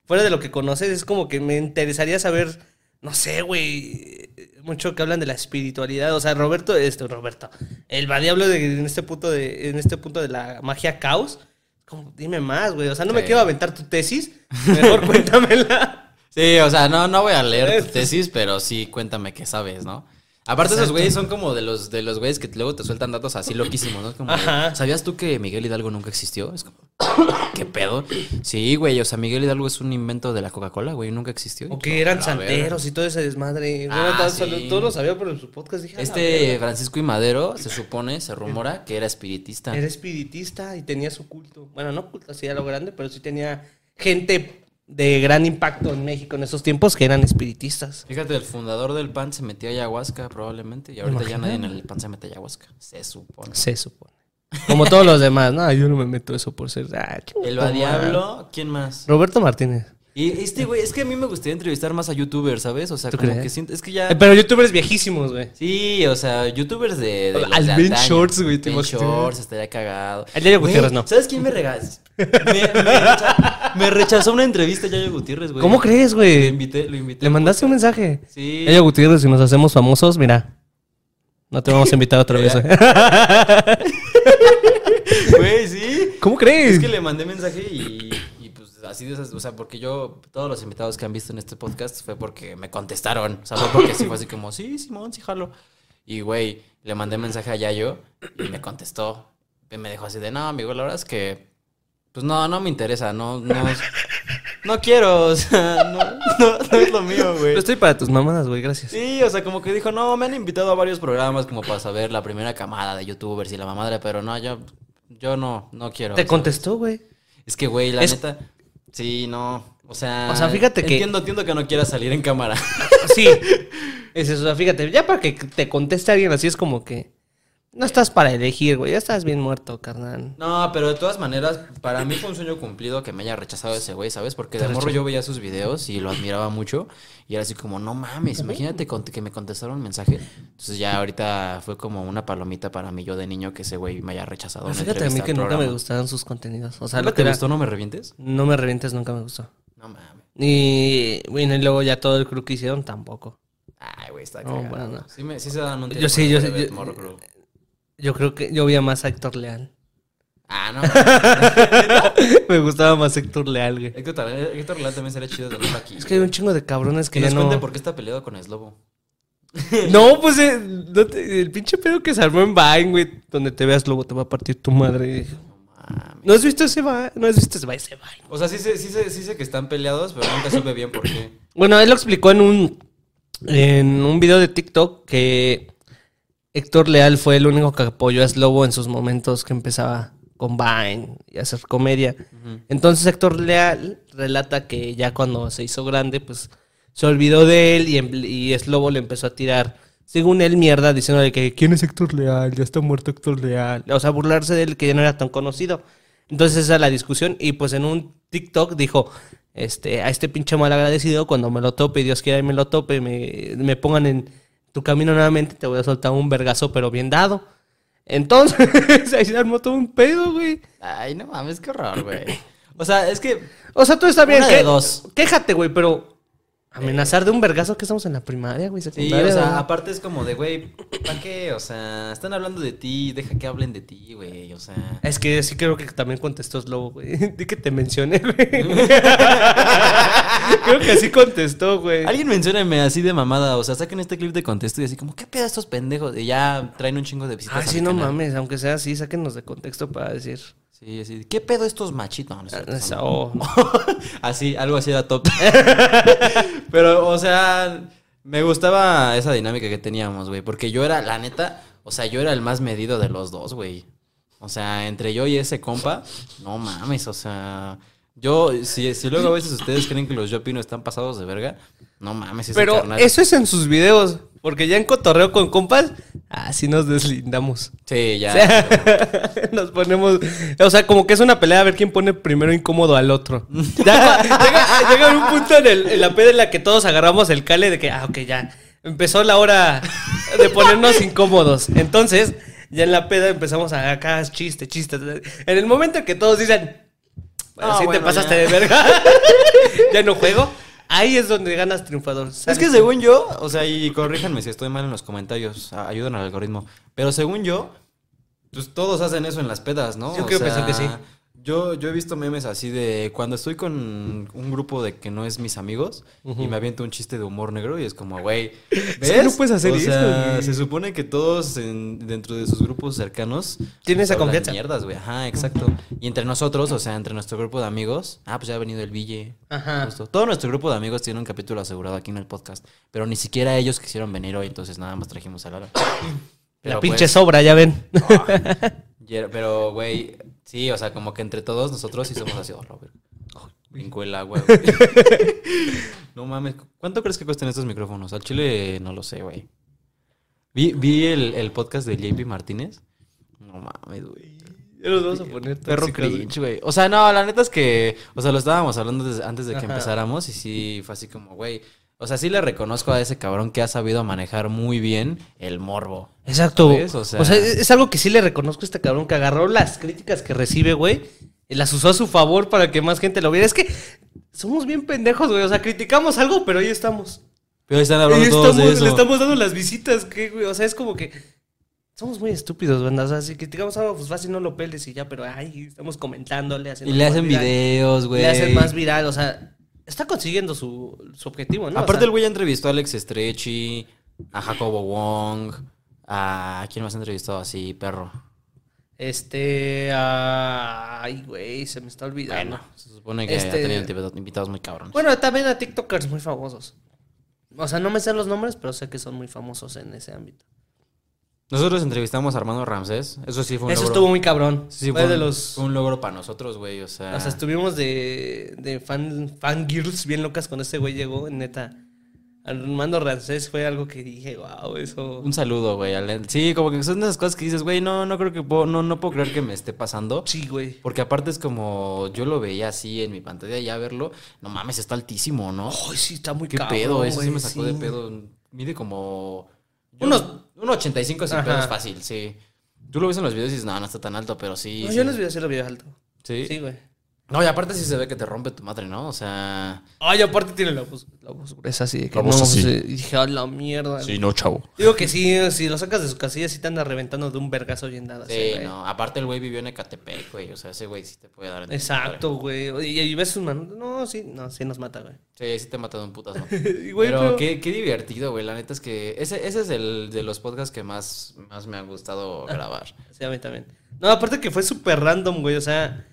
[SPEAKER 2] Fuera de lo que conoces, es como que me interesaría saber, no sé, güey, mucho que hablan de la espiritualidad. O sea, Roberto, este, Roberto, el vadiablo de, en, este punto de, en este punto de la magia caos. Como, dime más, güey. O sea, no me
[SPEAKER 1] Sí.
[SPEAKER 2] quiero aventar tu tesis.
[SPEAKER 1] *laughs*
[SPEAKER 2] Mejor cuéntamela.
[SPEAKER 1] Sí, o sea, no, no voy a leer tu
[SPEAKER 2] Esto.
[SPEAKER 1] tesis, pero sí cuéntame qué sabes, ¿no? Aparte, esos güeyes son como de los de los güeyes que luego te sueltan datos así loquísimos, ¿no? Es como, de,
[SPEAKER 2] Ajá.
[SPEAKER 1] ¿sabías tú que Miguel Hidalgo nunca existió? Es como, ¿qué pedo? Sí, güey, o sea, Miguel Hidalgo es un invento de la Coca-Cola, güey, nunca existió.
[SPEAKER 2] O
[SPEAKER 1] Y
[SPEAKER 2] que
[SPEAKER 1] yo,
[SPEAKER 2] eran
[SPEAKER 1] "A la verga".
[SPEAKER 2] santeros y todo ese desmadre.
[SPEAKER 1] Ah,
[SPEAKER 2] Bueno, tan
[SPEAKER 1] sí.
[SPEAKER 2] solo- todo lo sabía por su podcast. Dije, "A la
[SPEAKER 1] Este Francisco y Madero se supone, se rumora que era espiritista.
[SPEAKER 2] Era espiritista y tenía su culto. Bueno, no culto así a lo grande, pero sí tenía gente de gran impacto en México en esos tiempos que eran espiritistas.
[SPEAKER 1] Fíjate, el fundador del PAN se metió a ayahuasca probablemente y ahorita ya
[SPEAKER 2] Imagínate.
[SPEAKER 1] nadie en el PAN se mete a ayahuasca. Se supone.
[SPEAKER 2] Se supone. Como todos los demás, no, yo no me meto eso por ser. ah, chinga
[SPEAKER 1] El
[SPEAKER 2] tu madre.
[SPEAKER 1] Diablo, ¿quién más?
[SPEAKER 2] Roberto Martínez.
[SPEAKER 1] Y este güey, es que a mí me gustaría entrevistar más a youtubers, ¿sabes? O sea,
[SPEAKER 2] ¿Tú
[SPEAKER 1] como
[SPEAKER 2] crees?
[SPEAKER 1] que siento, es que
[SPEAKER 2] Eh,
[SPEAKER 1] ya...
[SPEAKER 2] Pero youtubers viejísimos, güey.
[SPEAKER 1] Sí, o sea, youtubers de... de los
[SPEAKER 2] Al
[SPEAKER 1] de
[SPEAKER 2] Ben
[SPEAKER 1] antaño.
[SPEAKER 2] Shorts, güey, te
[SPEAKER 1] Ben
[SPEAKER 2] imaginas.
[SPEAKER 1] Shorts, estaría cagado.
[SPEAKER 2] Al Yayo
[SPEAKER 1] Güey,
[SPEAKER 2] Gutiérrez, no.
[SPEAKER 1] ¿Sabes quién me regaló? Me, me recha- me rechazó una entrevista Yayo Gutiérrez, güey.
[SPEAKER 2] ¿Cómo crees,
[SPEAKER 1] Lo
[SPEAKER 2] güey?
[SPEAKER 1] invité, lo invité.
[SPEAKER 2] Le mandaste un mensaje.
[SPEAKER 1] Sí.
[SPEAKER 2] Ella Gutiérrez, si nos hacemos famosos, mira. No te vamos a
[SPEAKER 1] *laughs*
[SPEAKER 2] invitar otra vez. güey. *laughs*
[SPEAKER 1] Güey, sí.
[SPEAKER 2] ¿Cómo crees?
[SPEAKER 1] Es que le mandé mensaje y, y, pues así de esas, o sea, porque yo, todos los invitados que han visto en este podcast fue porque me contestaron, o sea, fue porque sí fue así como, sí, Simón, sí, jalo. Y güey, le mandé mensaje a Yayo y me contestó, y me dijo así de, no, amigo, la verdad es que, pues no, no me interesa, no, no, no quiero, o sea, no, no, no es lo mío, güey.
[SPEAKER 2] Pero estoy para tus mamadas, güey, gracias.
[SPEAKER 1] Sí, o sea, como que dijo, no, me han invitado a varios programas como para saber la primera camada de youtubers y la mamadre, pero no, yo, yo no, no quiero.
[SPEAKER 2] Te
[SPEAKER 1] o sea,
[SPEAKER 2] contestó, güey.
[SPEAKER 1] Es que, güey, la
[SPEAKER 2] Es-
[SPEAKER 1] neta, sí, no, o sea.
[SPEAKER 2] O sea, fíjate que-
[SPEAKER 1] Entiendo, entiendo que no quiera salir en cámara. *laughs*
[SPEAKER 2] Sí. Es eso, o sea, fíjate, ya para que te conteste alguien así es como que. No estás para elegir, güey. Ya estás bien muerto, carnal.
[SPEAKER 1] No, pero de todas maneras, para mí fue un sueño cumplido que me haya rechazado ese güey, ¿sabes? Porque de
[SPEAKER 2] Te
[SPEAKER 1] morro
[SPEAKER 2] rechazó.
[SPEAKER 1] yo veía sus videos y lo admiraba mucho. Y era así como, no mames, imagínate con- que me contestaron un mensaje. Entonces ya ahorita fue como una palomita para mí, yo de niño, que ese güey me haya rechazado. una
[SPEAKER 2] Ah, Fíjate a mí
[SPEAKER 1] entrevista
[SPEAKER 2] que
[SPEAKER 1] al
[SPEAKER 2] nunca me
[SPEAKER 1] programa.
[SPEAKER 2] gustaron sus contenidos. O sea,
[SPEAKER 1] ¿Nunca
[SPEAKER 2] lo que
[SPEAKER 1] te
[SPEAKER 2] era-
[SPEAKER 1] gustó, no me revientes?
[SPEAKER 2] No me revientes, nunca me gustó.
[SPEAKER 1] No mames.
[SPEAKER 2] Y bueno, y luego ya todo el crew que hicieron tampoco.
[SPEAKER 1] Ay, güey, está
[SPEAKER 2] No,
[SPEAKER 1] cagado.
[SPEAKER 2] bueno, no.
[SPEAKER 1] Sí, me- sí se dan un
[SPEAKER 2] Yo
[SPEAKER 1] tiro
[SPEAKER 2] sí,
[SPEAKER 1] con
[SPEAKER 2] yo
[SPEAKER 1] el
[SPEAKER 2] sí,
[SPEAKER 1] Beth
[SPEAKER 2] yo-
[SPEAKER 1] Morro Crew.
[SPEAKER 2] Yo creo que yo veía más a Héctor
[SPEAKER 1] *laughs*
[SPEAKER 2] Leal.
[SPEAKER 1] Ah, no. mames.
[SPEAKER 2] me gustaba más Héctor Leal, güey.
[SPEAKER 1] *laughs* Héctor Talán- Héctor Leal también sería chido de verlo aquí.
[SPEAKER 2] Es que hay un chingo de cabrones que
[SPEAKER 1] Que nos
[SPEAKER 2] ya
[SPEAKER 1] cuente
[SPEAKER 2] no.
[SPEAKER 1] por qué está peleado con Slobo.
[SPEAKER 2] No, pues eh, no te- el pinche pedo que se armó en Vine, güey. Donde te veas lobo, te va a partir
[SPEAKER 1] *laughs*
[SPEAKER 2] tu madre.
[SPEAKER 1] No mames.
[SPEAKER 2] ¿No has visto ese Vine? ¿No has visto ese Vine? Ese Vine.
[SPEAKER 1] O sea, sí sé, sí sé, sí sé que están peleados, pero nunca supe bien por qué.
[SPEAKER 2] Bueno, él lo explicó en un, en un video de TikTok que Héctor Leal fue el único que apoyó a Slobo en sus momentos que empezaba con Vine y hacer comedia. Entonces Héctor Leal relata que ya cuando se hizo grande, pues se olvidó de él y, em- y Slobo le empezó a tirar, según él, mierda, diciéndole que ¿quién es Héctor Leal? Ya está muerto Héctor Leal. O sea, burlarse de él que ya no era tan conocido. Entonces esa es la discusión y pues en un TikTok dijo, este, a este pinche mal agradecido, cuando me lo tope, y Dios quiera y me lo tope, me, me pongan en tu camino nuevamente, te voy a soltar un vergazo, pero bien dado. Entonces, *laughs* ahí se armó todo un pedo, güey.
[SPEAKER 1] Ay, no mames, qué horror, güey. *laughs* O sea, es que.
[SPEAKER 2] O sea, tú está bien.
[SPEAKER 1] Una de
[SPEAKER 2] que-
[SPEAKER 1] dos. Eh.
[SPEAKER 2] Quéjate, güey, pero amenazar de un vergazo que estamos en la primaria, güey,
[SPEAKER 1] Sí,
[SPEAKER 2] secundaria.
[SPEAKER 1] o sea,
[SPEAKER 2] güey.
[SPEAKER 1] aparte es como de, güey, ¿para qué? O sea, están hablando de ti, deja que hablen de ti, güey. O sea.
[SPEAKER 2] Es que sí creo que también contestó Slobo, güey. *laughs* Di que te
[SPEAKER 1] *laughs*
[SPEAKER 2] mencioné, güey. creo que sí contestó, güey.
[SPEAKER 1] Alguien mencióneme así de mamada, o sea, saquen este clip de contesto y así como, ¿qué pedo estos pendejos? Y ya traen un chingo de visitas.
[SPEAKER 2] Ah,
[SPEAKER 1] a
[SPEAKER 2] sí,
[SPEAKER 1] mi
[SPEAKER 2] no
[SPEAKER 1] canal.
[SPEAKER 2] mames, aunque sea así, sáquenos de contexto para decir.
[SPEAKER 1] Sí, así, ¿qué pedo estos machitos? No, no es cierto,
[SPEAKER 2] Esa-
[SPEAKER 1] son-
[SPEAKER 2] oh.
[SPEAKER 1] *laughs* así, algo así era top. *laughs* Pero, o sea, me gustaba esa dinámica que teníamos, güey. Porque yo era, la neta, o sea, yo era el más medido de los dos, güey. O sea, entre yo y ese compa, no mames, o sea. Yo, si, si luego a veces ustedes creen que los yo opino están pasados de verga, no mames, ese
[SPEAKER 2] Pero
[SPEAKER 1] carnal-
[SPEAKER 2] eso es en sus videos, porque ya en cotorreo con compas, así nos deslindamos.
[SPEAKER 1] Sí, ya.
[SPEAKER 2] *laughs* O sea, *laughs* nos ponemos, o sea, como que es una pelea a ver quién pone primero incómodo
[SPEAKER 1] *laughs*
[SPEAKER 2] al otro. Ya, cua- llega, llega un punto en, el- en la peda en la que todos agarramos el cale de que, ah, ok, ya, empezó la hora de ponernos incómodos. Entonces, ya en la peda empezamos a acá, chiste, chiste. En el momento en que todos dicen, bueno,
[SPEAKER 1] Ah,
[SPEAKER 2] sí
[SPEAKER 1] bueno,
[SPEAKER 2] te pasaste
[SPEAKER 1] ya.
[SPEAKER 2] de verga, *laughs* ya no juego, ahí es donde ganas triunfador.
[SPEAKER 1] Es que según yo, o sea, y corríjanme si estoy mal en los comentarios, a- ayudan al algoritmo. Pero según yo, pues todos hacen eso en las pedas, ¿no?
[SPEAKER 2] Yo quiero pensar que sí.
[SPEAKER 1] Yo, yo he visto memes así de cuando estoy con un grupo de que no es mis amigos y me aviento un chiste de humor negro y es como,
[SPEAKER 2] *laughs*
[SPEAKER 1] güey, ¿ves?
[SPEAKER 2] que no puedes hacer
[SPEAKER 1] O
[SPEAKER 2] eso,
[SPEAKER 1] sea,
[SPEAKER 2] güey.
[SPEAKER 1] se supone que todos en- dentro de sus grupos cercanos
[SPEAKER 2] Tienen esa
[SPEAKER 1] hablan
[SPEAKER 2] confianza.
[SPEAKER 1] mierdas, güey. Ajá, exacto. Y entre nosotros, o sea, entre nuestro grupo de amigos, ah, pues ya ha venido el Ville.
[SPEAKER 2] Ajá.
[SPEAKER 1] Justo. Todo nuestro grupo de amigos tiene un capítulo asegurado aquí en el podcast, pero ni siquiera ellos quisieron venir hoy, entonces nada más trajimos a Lara.
[SPEAKER 2] *coughs* La
[SPEAKER 1] Pero,
[SPEAKER 2] pinche sobra, ya ven.
[SPEAKER 1] pues, y era- pero, güey, sí, o sea, como que entre todos nosotros sí somos así, oh, Robert. Brincó el agua,
[SPEAKER 2] *laughs*
[SPEAKER 1] güey. No mames, ¿cuánto crees que cuesten estos micrófonos? Al chile no lo sé, güey. Vi, vi el, el podcast de JP Martínez. No mames, güey.
[SPEAKER 2] Ya los vamos a poner
[SPEAKER 1] Perro
[SPEAKER 2] tóxicos, güey.
[SPEAKER 1] cringe, güey. O sea, no, la neta es que, o sea, lo estábamos hablando desde- antes de que
[SPEAKER 2] Ajá.
[SPEAKER 1] empezáramos y sí fue así como, güey. O sea, sí le reconozco a ese cabrón que ha sabido manejar muy bien el morbo.
[SPEAKER 2] Exacto.
[SPEAKER 1] ¿Sabes? O
[SPEAKER 2] O
[SPEAKER 1] sea-
[SPEAKER 2] sea, es, es algo que sí le reconozco a este cabrón que agarró las críticas que recibe, güey. Y las usó a su favor para que más gente lo viera. Es que somos bien pendejos, güey. O sea, criticamos algo, pero ahí estamos.
[SPEAKER 1] Pero están
[SPEAKER 2] Ahí
[SPEAKER 1] hablando todos
[SPEAKER 2] estamos,
[SPEAKER 1] de eso.
[SPEAKER 2] le estamos dando las visitas, ¿qué, güey. O sea, es como que. Somos muy estúpidos, banda. O sea, si criticamos algo, pues fácil no lo peles y ya, pero ay, estamos comentándole.
[SPEAKER 1] Y
[SPEAKER 2] haciendo
[SPEAKER 1] le hacen
[SPEAKER 2] más viral.
[SPEAKER 1] videos, güey.
[SPEAKER 2] Le hacen más viral. O sea, está consiguiendo su, su objetivo, ¿no? O
[SPEAKER 1] Aparte,
[SPEAKER 2] sea,
[SPEAKER 1] el güey ya entrevistó a Alex Estrechi, a Jacobo Wong, a. ¿Quién más ha entrevistado así, perro?
[SPEAKER 2] Este. ah, ay, güey, se me está olvidando.
[SPEAKER 1] Bueno, se supone que
[SPEAKER 2] Este-
[SPEAKER 1] ha tenido invitados- invitados muy cabrones.
[SPEAKER 2] Bueno, también a TikTokers muy famosos. O sea, no me sé los nombres, pero sé que son muy famosos en ese ámbito.
[SPEAKER 1] Nosotros entrevistamos a Armando Ramsés. Eso sí fue un
[SPEAKER 2] Eso
[SPEAKER 1] logro.
[SPEAKER 2] estuvo muy cabrón.
[SPEAKER 1] Sí,
[SPEAKER 2] fue,
[SPEAKER 1] fue,
[SPEAKER 2] de
[SPEAKER 1] un,
[SPEAKER 2] los.
[SPEAKER 1] fue un logro para nosotros, güey. O sea,
[SPEAKER 2] O sea, estuvimos de, de fan, girls bien locas con este güey. Llegó, neta. Armando Rancés fue algo que dije, wow, eso.
[SPEAKER 1] un saludo, güey. al- Sí, como que son esas cosas que dices, güey, no, no creo que puedo, no, no puedo creer que me esté pasando.
[SPEAKER 2] Sí, güey.
[SPEAKER 1] Porque aparte es como yo lo veía así en mi pantalla ya verlo. No mames, está altísimo, ¿no?
[SPEAKER 2] Ay, sí, está muy
[SPEAKER 1] Qué
[SPEAKER 2] cabrón.
[SPEAKER 1] pedo, eso sí
[SPEAKER 2] güey,
[SPEAKER 1] me sacó de
[SPEAKER 2] sí.
[SPEAKER 1] pedo. Mide como.
[SPEAKER 2] Unos-
[SPEAKER 1] Un 85 sin
[SPEAKER 2] Ajá.
[SPEAKER 1] pedos fácil, sí. Tú lo ves en los videos y dices, no, no está tan alto, pero sí.
[SPEAKER 2] No,
[SPEAKER 1] sí.
[SPEAKER 2] yo les voy a hacer los videos alto.
[SPEAKER 1] Sí.
[SPEAKER 2] Sí, güey.
[SPEAKER 1] No, y aparte sí se ve que te rompe tu madre, ¿no? O sea.
[SPEAKER 2] Ay, aparte tiene la voz, la voz gruesa así. de que
[SPEAKER 1] La voz
[SPEAKER 2] no,
[SPEAKER 1] así.
[SPEAKER 2] sí. Y dije, a la mierda.
[SPEAKER 1] no, chavo.
[SPEAKER 2] Digo que sí, eh, si lo sacas de su casilla, sí te anda reventando de un vergazo bien dado. así,
[SPEAKER 1] Sí,
[SPEAKER 2] güey.
[SPEAKER 1] no. Aparte el güey vivió en Ecatepec, güey. O sea, ese güey sí te puede dar. en tu
[SPEAKER 2] Exacto, güey. Y, y ves sus manos. No, sí, no, sí nos mata, güey. *laughs*
[SPEAKER 1] Sí, sí te mata de un putazo.
[SPEAKER 2] Y, güey,
[SPEAKER 1] pero
[SPEAKER 2] pero-
[SPEAKER 1] Qué, qué divertido, güey. La neta es que ese, ese es el de los podcasts que más, más me ha gustado grabar.
[SPEAKER 2] Ah, Sí, a mí también. No, aparte que fue súper random, güey. O sea,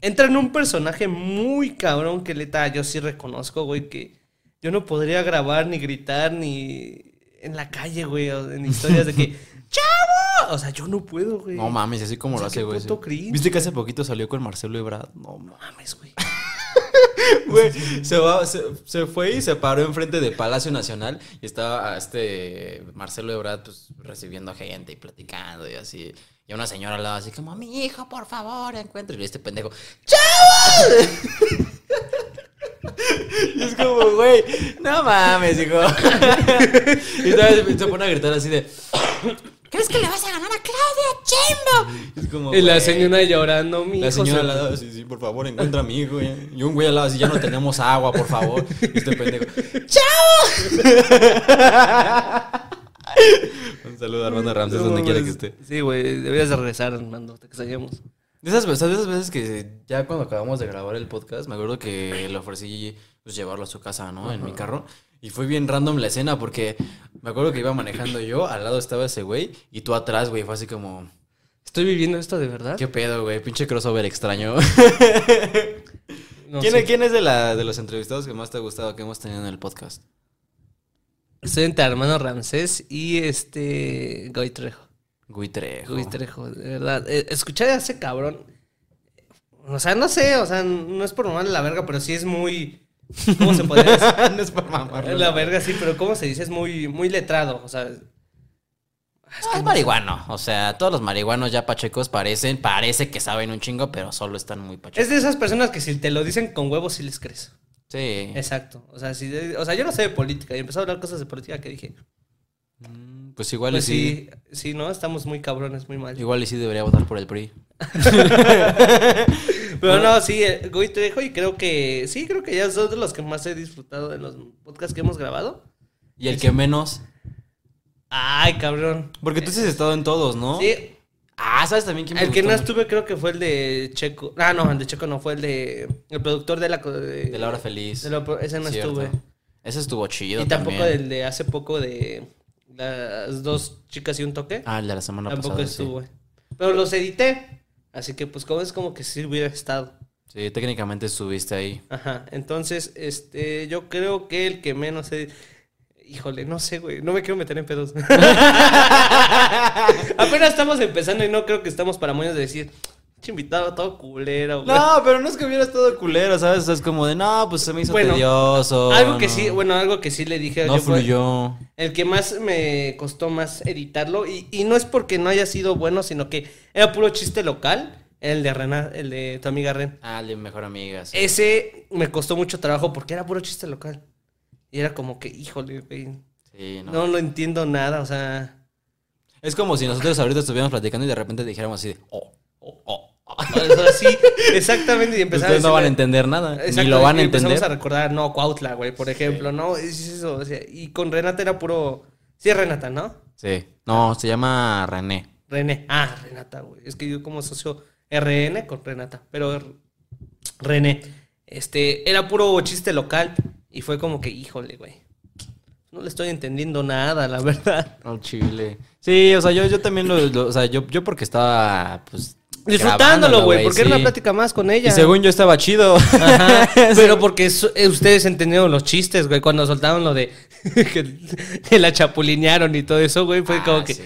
[SPEAKER 2] entra en un personaje muy cabrón que neta, yo sí reconozco, güey, que yo no podría grabar ni gritar ni en la calle, güey, o en historias
[SPEAKER 1] *laughs*
[SPEAKER 2] de que ¡Chavo! O sea, yo no puedo, güey.
[SPEAKER 1] No mames, así como
[SPEAKER 2] O sea,
[SPEAKER 1] lo hace,
[SPEAKER 2] qué
[SPEAKER 1] güey.
[SPEAKER 2] puto
[SPEAKER 1] sí.
[SPEAKER 2] cringe.
[SPEAKER 1] ¿Viste que hace poquito salió con Marcelo Ebrard? No mames.
[SPEAKER 2] mames, güey.
[SPEAKER 1] *laughs* Güey, se, va- se, se fue y se paró enfrente de Palacio Nacional y estaba a este Marcelo Ebrard pues, recibiendo gente y platicando y así. Y una señora al lado así como, mi hijo, por favor, encuentre. Y este pendejo, ¡Chavos! *laughs* y es como, güey, no mames, hijo. *laughs* y ¿sabes? se pone a gritar así de... ¿Crees que le vas a ganar a Claudia Chimbo? Y es como,
[SPEAKER 2] Y la
[SPEAKER 1] güey.
[SPEAKER 2] señora llorando, mi
[SPEAKER 1] La
[SPEAKER 2] hijo
[SPEAKER 1] señora
[SPEAKER 2] se-
[SPEAKER 1] al lado, sí, sí, por favor, encuentra a mi hijo. ya". Y un güey al lado, así, ya no tenemos agua, por favor. Y este pendejo, *laughs* ¡Chao! un saludo a Armando Ramses,
[SPEAKER 2] No
[SPEAKER 1] donde quiera que
[SPEAKER 2] mames.
[SPEAKER 1] esté.
[SPEAKER 2] Sí, güey, deberías de regresar, Armando, te extrañamos.
[SPEAKER 1] De esas, veces- de esas veces que ya cuando acabamos de grabar el podcast, me acuerdo que le ofrecí pues, llevarlo a su casa, ¿no? En mi carro. Y fue bien random la escena porque me acuerdo que iba manejando yo, al lado estaba ese güey, y tú atrás, güey. Fue así como,
[SPEAKER 2] ¿Estoy viviendo esto de verdad?
[SPEAKER 1] ¿qué pedo, güey? Pinche crossover extraño.
[SPEAKER 2] No
[SPEAKER 1] ¿Quién,
[SPEAKER 2] sé.
[SPEAKER 1] quién es de, la, de los entrevistados que más te ha gustado que hemos tenido en el podcast?
[SPEAKER 2] Estoy entre Armando Ramsés y este Goy Trejo.
[SPEAKER 1] Guitrejo.
[SPEAKER 2] Luis Trejo, de verdad. Eh, Escuchar a ese cabrón. O sea, no sé, o sea, no es por mal la verga, pero sí es muy. ¿Cómo se
[SPEAKER 1] *laughs*
[SPEAKER 2] podría decir?
[SPEAKER 1] *laughs* no es por mamarlo.
[SPEAKER 2] la verga, sí, pero ¿cómo se dice? Es muy, muy letrado. O sea,
[SPEAKER 1] Es, que es marihuano. O sea, todos los marihuanos ya pachecos parecen, parece que saben un chingo, pero solo están muy pachecos.
[SPEAKER 2] es de esas personas que si te lo dicen con huevos, sí les crees.
[SPEAKER 1] Sí.
[SPEAKER 2] Exacto. O sea, si, o sea yo no sé de política y empezó a hablar cosas de política que dije.
[SPEAKER 1] Mm, Pues igual y
[SPEAKER 2] Pues
[SPEAKER 1] sí.
[SPEAKER 2] sí, sí, no, estamos muy cabrones, muy mal.
[SPEAKER 1] Igual y sí debería votar por el PRI.
[SPEAKER 2] Pero no, sí, eh, Goy Trejo, y creo que. Sí, creo que ya es uno de los que más he disfrutado de los podcasts que hemos grabado.
[SPEAKER 1] Y el que menos.
[SPEAKER 2] Ay, cabrón.
[SPEAKER 1] Porque tú sí has estado en todos, ¿no?
[SPEAKER 2] Eh, Sí,
[SPEAKER 1] Ah, ¿sabes también quién me
[SPEAKER 2] El que no
[SPEAKER 1] gustó mucho?
[SPEAKER 2] estuve creo que fue el de Checo. Ah, no, el de Checo no, fue el de... El productor de la... co- De,
[SPEAKER 1] De la hora feliz.
[SPEAKER 2] de la- ese no
[SPEAKER 1] Cierto.
[SPEAKER 2] estuve.
[SPEAKER 1] Ese estuvo chido.
[SPEAKER 2] Y tampoco
[SPEAKER 1] también.
[SPEAKER 2] el de hace poco de... Las dos chicas y un toque.
[SPEAKER 1] Ah, el de la semana
[SPEAKER 2] tampoco
[SPEAKER 1] pasada. sí.
[SPEAKER 2] estuve. Pero los edité. Así que pues como es como que sí hubiera estado.
[SPEAKER 1] sí, técnicamente estuviste ahí.
[SPEAKER 2] Ajá. Entonces, este, yo creo que el que menos... he- Híjole, no sé, güey. No me quiero meter en pedos. *laughs* Apenas estamos empezando y no creo que estamos para moños de decir... "Pinche invitado todo culero, güey.
[SPEAKER 1] No, pero no es que hubiera estado culero, ¿sabes? O sea, es como de, no, pues se me hizo
[SPEAKER 2] Bueno,
[SPEAKER 1] tedioso.
[SPEAKER 2] Algo que
[SPEAKER 1] no-
[SPEAKER 2] sí, bueno, algo que sí le dije
[SPEAKER 1] No
[SPEAKER 2] yo fue-
[SPEAKER 1] fluyó.
[SPEAKER 2] el que más me costó más editarlo, y, y no es porque no haya sido bueno, sino que era puro chiste local, el de Rena, el de tu amiga Ren.
[SPEAKER 1] Ah, el de mejor amiga. sí.
[SPEAKER 2] Ese me costó mucho trabajo porque era puro chiste local. Y era como que, híjole, güey,
[SPEAKER 1] Sí, no.
[SPEAKER 2] no. lo entiendo nada, o sea.
[SPEAKER 1] Es como si nosotros ahorita estuviéramos platicando y de repente dijéramos así de, oh, oh, oh. oh.
[SPEAKER 2] *laughs* o sea, sí, exactamente. Y empezaba
[SPEAKER 1] Ustedes no van a
[SPEAKER 2] decirle-
[SPEAKER 1] entender nada. Ni
[SPEAKER 2] Exacto,
[SPEAKER 1] lo van a
[SPEAKER 2] y empezamos
[SPEAKER 1] entender.
[SPEAKER 2] a recordar, no, Cuautla, güey, por ejemplo, ¿no? Es eso, o sea, y con Renata era puro. Sí, es Renata, ¿no?
[SPEAKER 1] Sí. No, se llama René.
[SPEAKER 2] René. Ah, Renata, güey. Es que yo como socio RN con Renata. Pero R- René. Este, era puro chiste local. Y fue como que, híjole, güey. No le estoy entendiendo nada, la *laughs* verdad.
[SPEAKER 1] Al chile. Sí, o sea, yo, yo también lo, lo- O sea, yo, yo porque estaba, pues.
[SPEAKER 2] Disfrutándolo,
[SPEAKER 1] grabándolo,
[SPEAKER 2] güey, porque era
[SPEAKER 1] sí.
[SPEAKER 2] una plática más con ella.
[SPEAKER 1] Y
[SPEAKER 2] *laughs*
[SPEAKER 1] según yo estaba chido.
[SPEAKER 2] Ajá, pero porque su- eh, ustedes entendieron los chistes, güey, cuando soltaron lo de *laughs* que, que la chapulinearon y todo eso, güey, fue como
[SPEAKER 1] Ah,
[SPEAKER 2] que,
[SPEAKER 1] sí.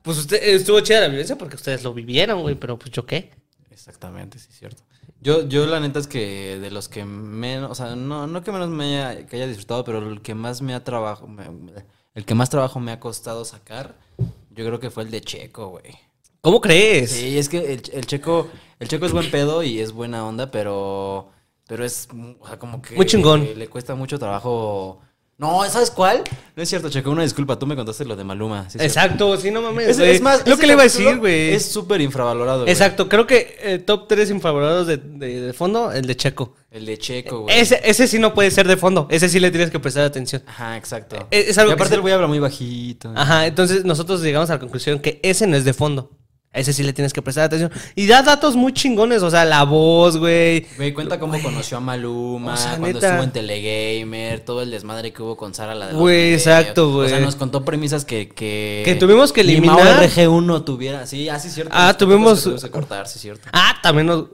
[SPEAKER 2] pues usted, estuvo chida la violencia porque ustedes lo vivieron, güey, pero pues yo qué.
[SPEAKER 1] Exactamente, sí, es cierto. Yo, yo la neta es que de los que menos, o sea, no, no que menos me haya, que haya disfrutado, pero el que más me ha trabajo, me- me- el que más trabajo me ha costado sacar, yo creo que fue el de Checo, güey.
[SPEAKER 2] ¿Cómo crees?
[SPEAKER 1] Sí, es que el, el Checo, el Checo es buen pedo y es buena onda, pero, pero es, mm, o sea, como que
[SPEAKER 2] Muy chingón.
[SPEAKER 1] le cuesta mucho trabajo. No, ¿sabes cuál? No es cierto, Checo, una disculpa, tú me contaste lo de Maluma. sí es cierto.
[SPEAKER 2] Exacto, sí, no mames.
[SPEAKER 1] Es,
[SPEAKER 2] güey.
[SPEAKER 1] es más,
[SPEAKER 2] lo
[SPEAKER 1] ese
[SPEAKER 2] que le iba a
[SPEAKER 1] capítulo
[SPEAKER 2] decir, güey.
[SPEAKER 1] Es súper infravalorado. güey.
[SPEAKER 2] Exacto, creo que eh, top 3 infavorados de, de- de fondo, el de Checo.
[SPEAKER 1] El de Checo, güey.
[SPEAKER 2] Ese, ese sí no puede ser de fondo, ese sí le tienes que prestar atención.
[SPEAKER 1] Ajá, exacto.
[SPEAKER 2] Eh, Es- es
[SPEAKER 1] y
[SPEAKER 2] algo que
[SPEAKER 1] aparte
[SPEAKER 2] se- Ah.
[SPEAKER 1] el güey habla muy bajito.
[SPEAKER 2] Ajá, entonces nosotros llegamos a la conclusión que ese no es de fondo. A ese sí le tienes que prestar atención. Y da datos muy chingones, o sea, la voz, güey.
[SPEAKER 1] Güey, cuenta cómo conoció a Maluma,
[SPEAKER 2] O sea,
[SPEAKER 1] cuando
[SPEAKER 2] neta.
[SPEAKER 1] estuvo en Telegamer, todo el desmadre que hubo con Sara la de los
[SPEAKER 2] Güey,
[SPEAKER 1] videos.
[SPEAKER 2] exacto, güey.
[SPEAKER 1] O sea, nos contó premisas que... Que,
[SPEAKER 2] Que tuvimos que
[SPEAKER 1] ni
[SPEAKER 2] eliminar.
[SPEAKER 1] Mao RG1 tuviera. Sí, ah, sí, cierto.
[SPEAKER 2] Ah,
[SPEAKER 1] Nos contó
[SPEAKER 2] tuvimos-
[SPEAKER 1] cosas que tuvimos que cortar, sí, cierto.
[SPEAKER 2] Ah, también nos...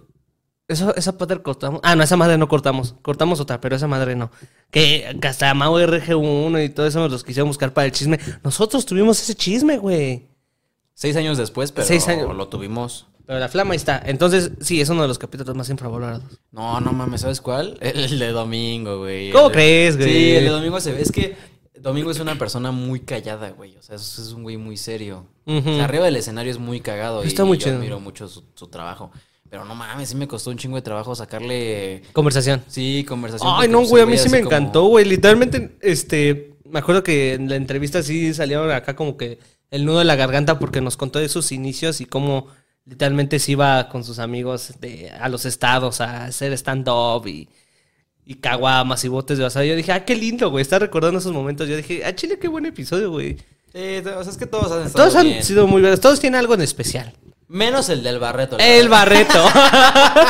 [SPEAKER 2] Eso, esa parte la cortamos. Ah, no, esa madre no cortamos. Cortamos otra, pero esa madre no. Que que hasta Mau RG1 y todo eso nos los quisieron buscar para el chisme. Nosotros tuvimos ese chisme, güey.
[SPEAKER 1] Seis años después, pero
[SPEAKER 2] Seis años.
[SPEAKER 1] lo tuvimos.
[SPEAKER 2] Pero la flama ahí está. Entonces, sí, es uno de los capítulos más infravalorados.
[SPEAKER 1] No, no mames, ¿sabes cuál? *laughs* El, el de Domingo, güey.
[SPEAKER 2] ¿Cómo
[SPEAKER 1] El de-
[SPEAKER 2] crees, güey?
[SPEAKER 1] Sí, el de Domingo se ve. Es que Domingo es una persona muy callada, güey. O sea, es, es un güey muy serio.
[SPEAKER 2] Ujú.
[SPEAKER 1] O sea, arriba del escenario es muy cagado.
[SPEAKER 2] Está
[SPEAKER 1] y
[SPEAKER 2] muy
[SPEAKER 1] yo
[SPEAKER 2] chido.
[SPEAKER 1] admiro mucho su, su trabajo. Pero no mames, sí me costó un chingo de trabajo sacarle.
[SPEAKER 2] Conversación.
[SPEAKER 1] Sí, conversación. porque,
[SPEAKER 2] Ay, no,
[SPEAKER 1] pues, el
[SPEAKER 2] güey, a mí sí
[SPEAKER 1] así
[SPEAKER 2] me
[SPEAKER 1] como-
[SPEAKER 2] encantó, güey. Literalmente, este, me acuerdo que en la entrevista sí salieron acá como que el nudo de la garganta porque nos contó de sus inicios y cómo literalmente se iba con sus amigos de- a los estados a hacer stand-up y, y caguamas y botes de basura. Yo dije, ah, qué lindo, güey, está recordando esos momentos. Yo dije, ah, chile, qué buen episodio, güey.
[SPEAKER 1] Sí, o sea, es que todos han estado
[SPEAKER 2] Todos han
[SPEAKER 1] bien.
[SPEAKER 2] sido muy buenos, todos tienen algo en especial.
[SPEAKER 1] Menos *laughs* el del Barreto. la
[SPEAKER 2] El
[SPEAKER 1] verdad.
[SPEAKER 2] Barreto. *laughs*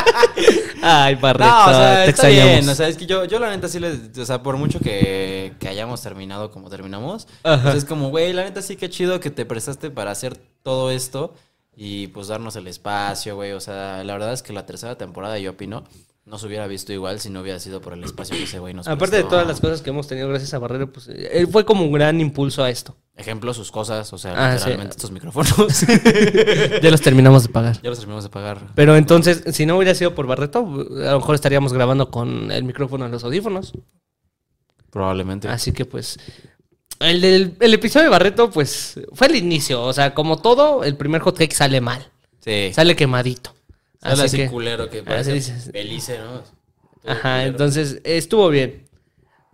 [SPEAKER 2] Ay, Barreto,
[SPEAKER 1] No, o sea,
[SPEAKER 2] te
[SPEAKER 1] está
[SPEAKER 2] extrañamos.
[SPEAKER 1] bien. O sea, es que yo, yo la neta sí les. O sea, por mucho que, que hayamos terminado como terminamos,
[SPEAKER 2] Ajá.
[SPEAKER 1] pues es como, güey, la neta sí que chido que te prestaste para hacer todo esto y pues darnos el espacio, güey. O sea, la verdad es que la tercera temporada, yo opino, no se hubiera visto igual si no hubiera sido Pues, por el espacio que ese güey nos
[SPEAKER 2] Aparte de
[SPEAKER 1] prestó.
[SPEAKER 2] todas las cosas que hemos tenido gracias a Barrera, pues eh, él fue como un gran impulso a esto.
[SPEAKER 1] Ejemplo, sus cosas, o sea,
[SPEAKER 2] Ah,
[SPEAKER 1] literalmente estos micrófonos.
[SPEAKER 2] *laughs*
[SPEAKER 1] *laughs*
[SPEAKER 2] Ya los terminamos de pagar.
[SPEAKER 1] ya los terminamos de pagar.
[SPEAKER 2] Pero entonces, si no hubiera sido por Barreto, a lo mejor estaríamos grabando con el micrófono en los audífonos.
[SPEAKER 1] Probablemente.
[SPEAKER 2] Así que pues, el, del- el episodio de Barreto, pues, fue el inicio. O sea, como todo, el primer hot cake sale mal.
[SPEAKER 1] Sí.
[SPEAKER 2] Sale quemadito.
[SPEAKER 1] Sale
[SPEAKER 2] Así
[SPEAKER 1] así
[SPEAKER 2] que-
[SPEAKER 1] culero que parece
[SPEAKER 2] dices.
[SPEAKER 1] Belice, ¿no? Todo
[SPEAKER 2] Ajá,
[SPEAKER 1] culero.
[SPEAKER 2] entonces estuvo bien.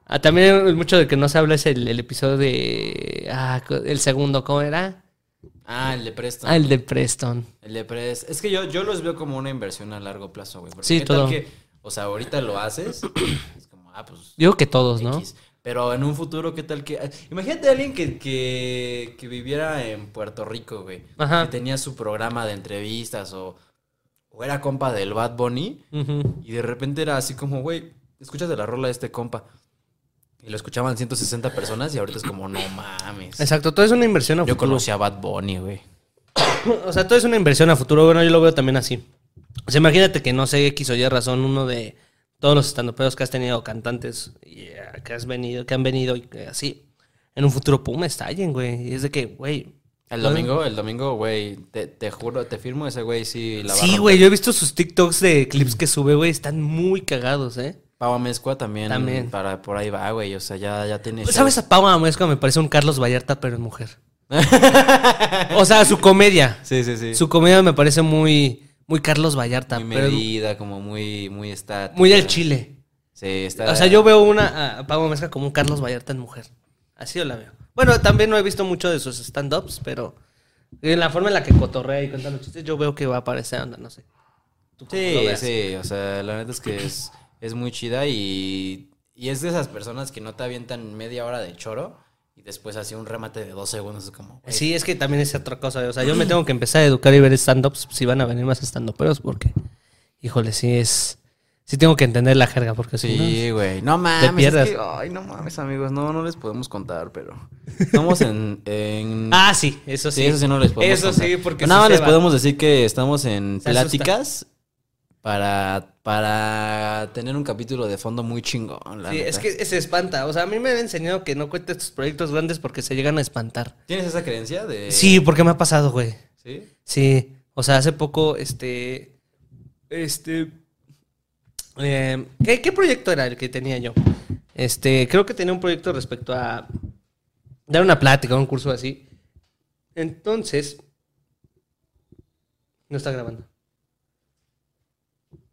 [SPEAKER 2] Ah, también mucho de que no se habla es el, el episodio de... Ah, el segundo, ¿cómo era?
[SPEAKER 1] Ah, el de Preston.
[SPEAKER 2] Ah, el de Preston.
[SPEAKER 1] El de pres- Es que yo, yo los veo como una inversión a largo plazo, güey. Porque
[SPEAKER 2] Sí,
[SPEAKER 1] qué tal
[SPEAKER 2] todo.
[SPEAKER 1] que, o sea, ahorita lo
[SPEAKER 2] *clears throat*
[SPEAKER 1] haces. Es como, ah, pues.
[SPEAKER 2] Yo creo que todos, ¿no?
[SPEAKER 1] X. Pero en un futuro, ¿qué tal que.? ah, Imagínate a alguien que, que, que viviera en Puerto Rico, güey.
[SPEAKER 2] Ajá.
[SPEAKER 1] Que tenía su programa de entrevistas o, o era compa del Bad Bunny.
[SPEAKER 2] Ujú.
[SPEAKER 1] Y de repente era así como, güey, escúchate la rola de este compa. Y lo escuchaban 160 personas y ahorita es como, no mames.
[SPEAKER 2] Pues, Exacto, todo es una inversión a
[SPEAKER 1] Yo
[SPEAKER 2] futuro.
[SPEAKER 1] conocí a Bad Bunny, güey.
[SPEAKER 2] *clears throat* O sea, todo es una inversión a futuro. Bueno, yo lo veo también así. O sea, imagínate que no sé X o Y razón, uno de todos los estandoperos que has tenido, cantantes y, eh, que has venido, que han venido y que así. En un futuro, pum, estallen, güey. Y es de que, güey.
[SPEAKER 1] El
[SPEAKER 2] ¿no?
[SPEAKER 1] domingo, el domingo, güey, te, te juro, te firmo ese güey, sí, la va a
[SPEAKER 2] Sí,
[SPEAKER 1] romper.
[SPEAKER 2] güey, yo he visto sus TikToks de clips que sube, güey. Están muy cagados, ¿eh?
[SPEAKER 1] Pau Amezcua también,
[SPEAKER 2] También. Pues,
[SPEAKER 1] para por ahí va, güey, o sea, ya, ya tiene...
[SPEAKER 2] ¿Sabes a Pau Amesco? Me parece un Carlos Vallarta, pero
[SPEAKER 1] *laughs*
[SPEAKER 2] en mujer. o sea, su comedia.
[SPEAKER 1] Sí, sí, sí.
[SPEAKER 2] Su comedia me parece muy, muy Carlos Vallarta.
[SPEAKER 1] muy
[SPEAKER 2] pero
[SPEAKER 1] medida, como muy, muy estática.
[SPEAKER 2] muy al chile.
[SPEAKER 1] Sí, está...
[SPEAKER 2] O sea, yo veo una a Pablo Mezca como un Carlos Vallarta en mujer. Así yo la veo. Bueno, también no he visto mucho de sus stand-ups, pero en la forma en la que cotorrea y cuenta los chistes, yo veo que va a aparecer onda, no sé. Tú cómo lo
[SPEAKER 1] Sí,
[SPEAKER 2] veas.
[SPEAKER 1] sí, o sea, la neta es que es, es muy chida y, y es de esas personas que no te avientan media hora de choro y después así un remate de dos segundos, es como... güey,
[SPEAKER 2] Sí, es que también es otra cosa. O sea, yo me tengo que empezar a educar y ver stand-ups si van a venir más stand-uperos, porque, híjole, sí es, sí tengo que entender la jerga, porque si
[SPEAKER 1] Sí, güey. No mames. es
[SPEAKER 2] pierdas.
[SPEAKER 1] que- ay, no mames, amigos. No, no les podemos contar, pero. Estamos en. en-
[SPEAKER 2] no. Ah, sí, eso sí.
[SPEAKER 1] sí, eso sí no les podemos
[SPEAKER 2] Eso
[SPEAKER 1] contar.
[SPEAKER 2] sí, porque
[SPEAKER 1] Nada
[SPEAKER 2] sí
[SPEAKER 1] más
[SPEAKER 2] se
[SPEAKER 1] les
[SPEAKER 2] va.
[SPEAKER 1] podemos decir que estamos en
[SPEAKER 2] Se asusta.
[SPEAKER 1] pláticas para, para tener un capítulo de fondo muy chingón. la
[SPEAKER 2] Sí,
[SPEAKER 1] neta.
[SPEAKER 2] es que se espanta. O sea, a mí me han enseñado que no cuentes tus proyectos grandes porque se llegan a espantar.
[SPEAKER 1] ¿Tienes esa creencia de.?
[SPEAKER 2] Sí, porque me ha pasado, güey.
[SPEAKER 1] ¿Sí?
[SPEAKER 2] Sí. O sea, hace poco, este. Este. eh, ¿qué, qué proyecto era el que tenía yo? Este, creo que tenía un proyecto respecto a dar una plática, un curso así. Entonces. No está grabando.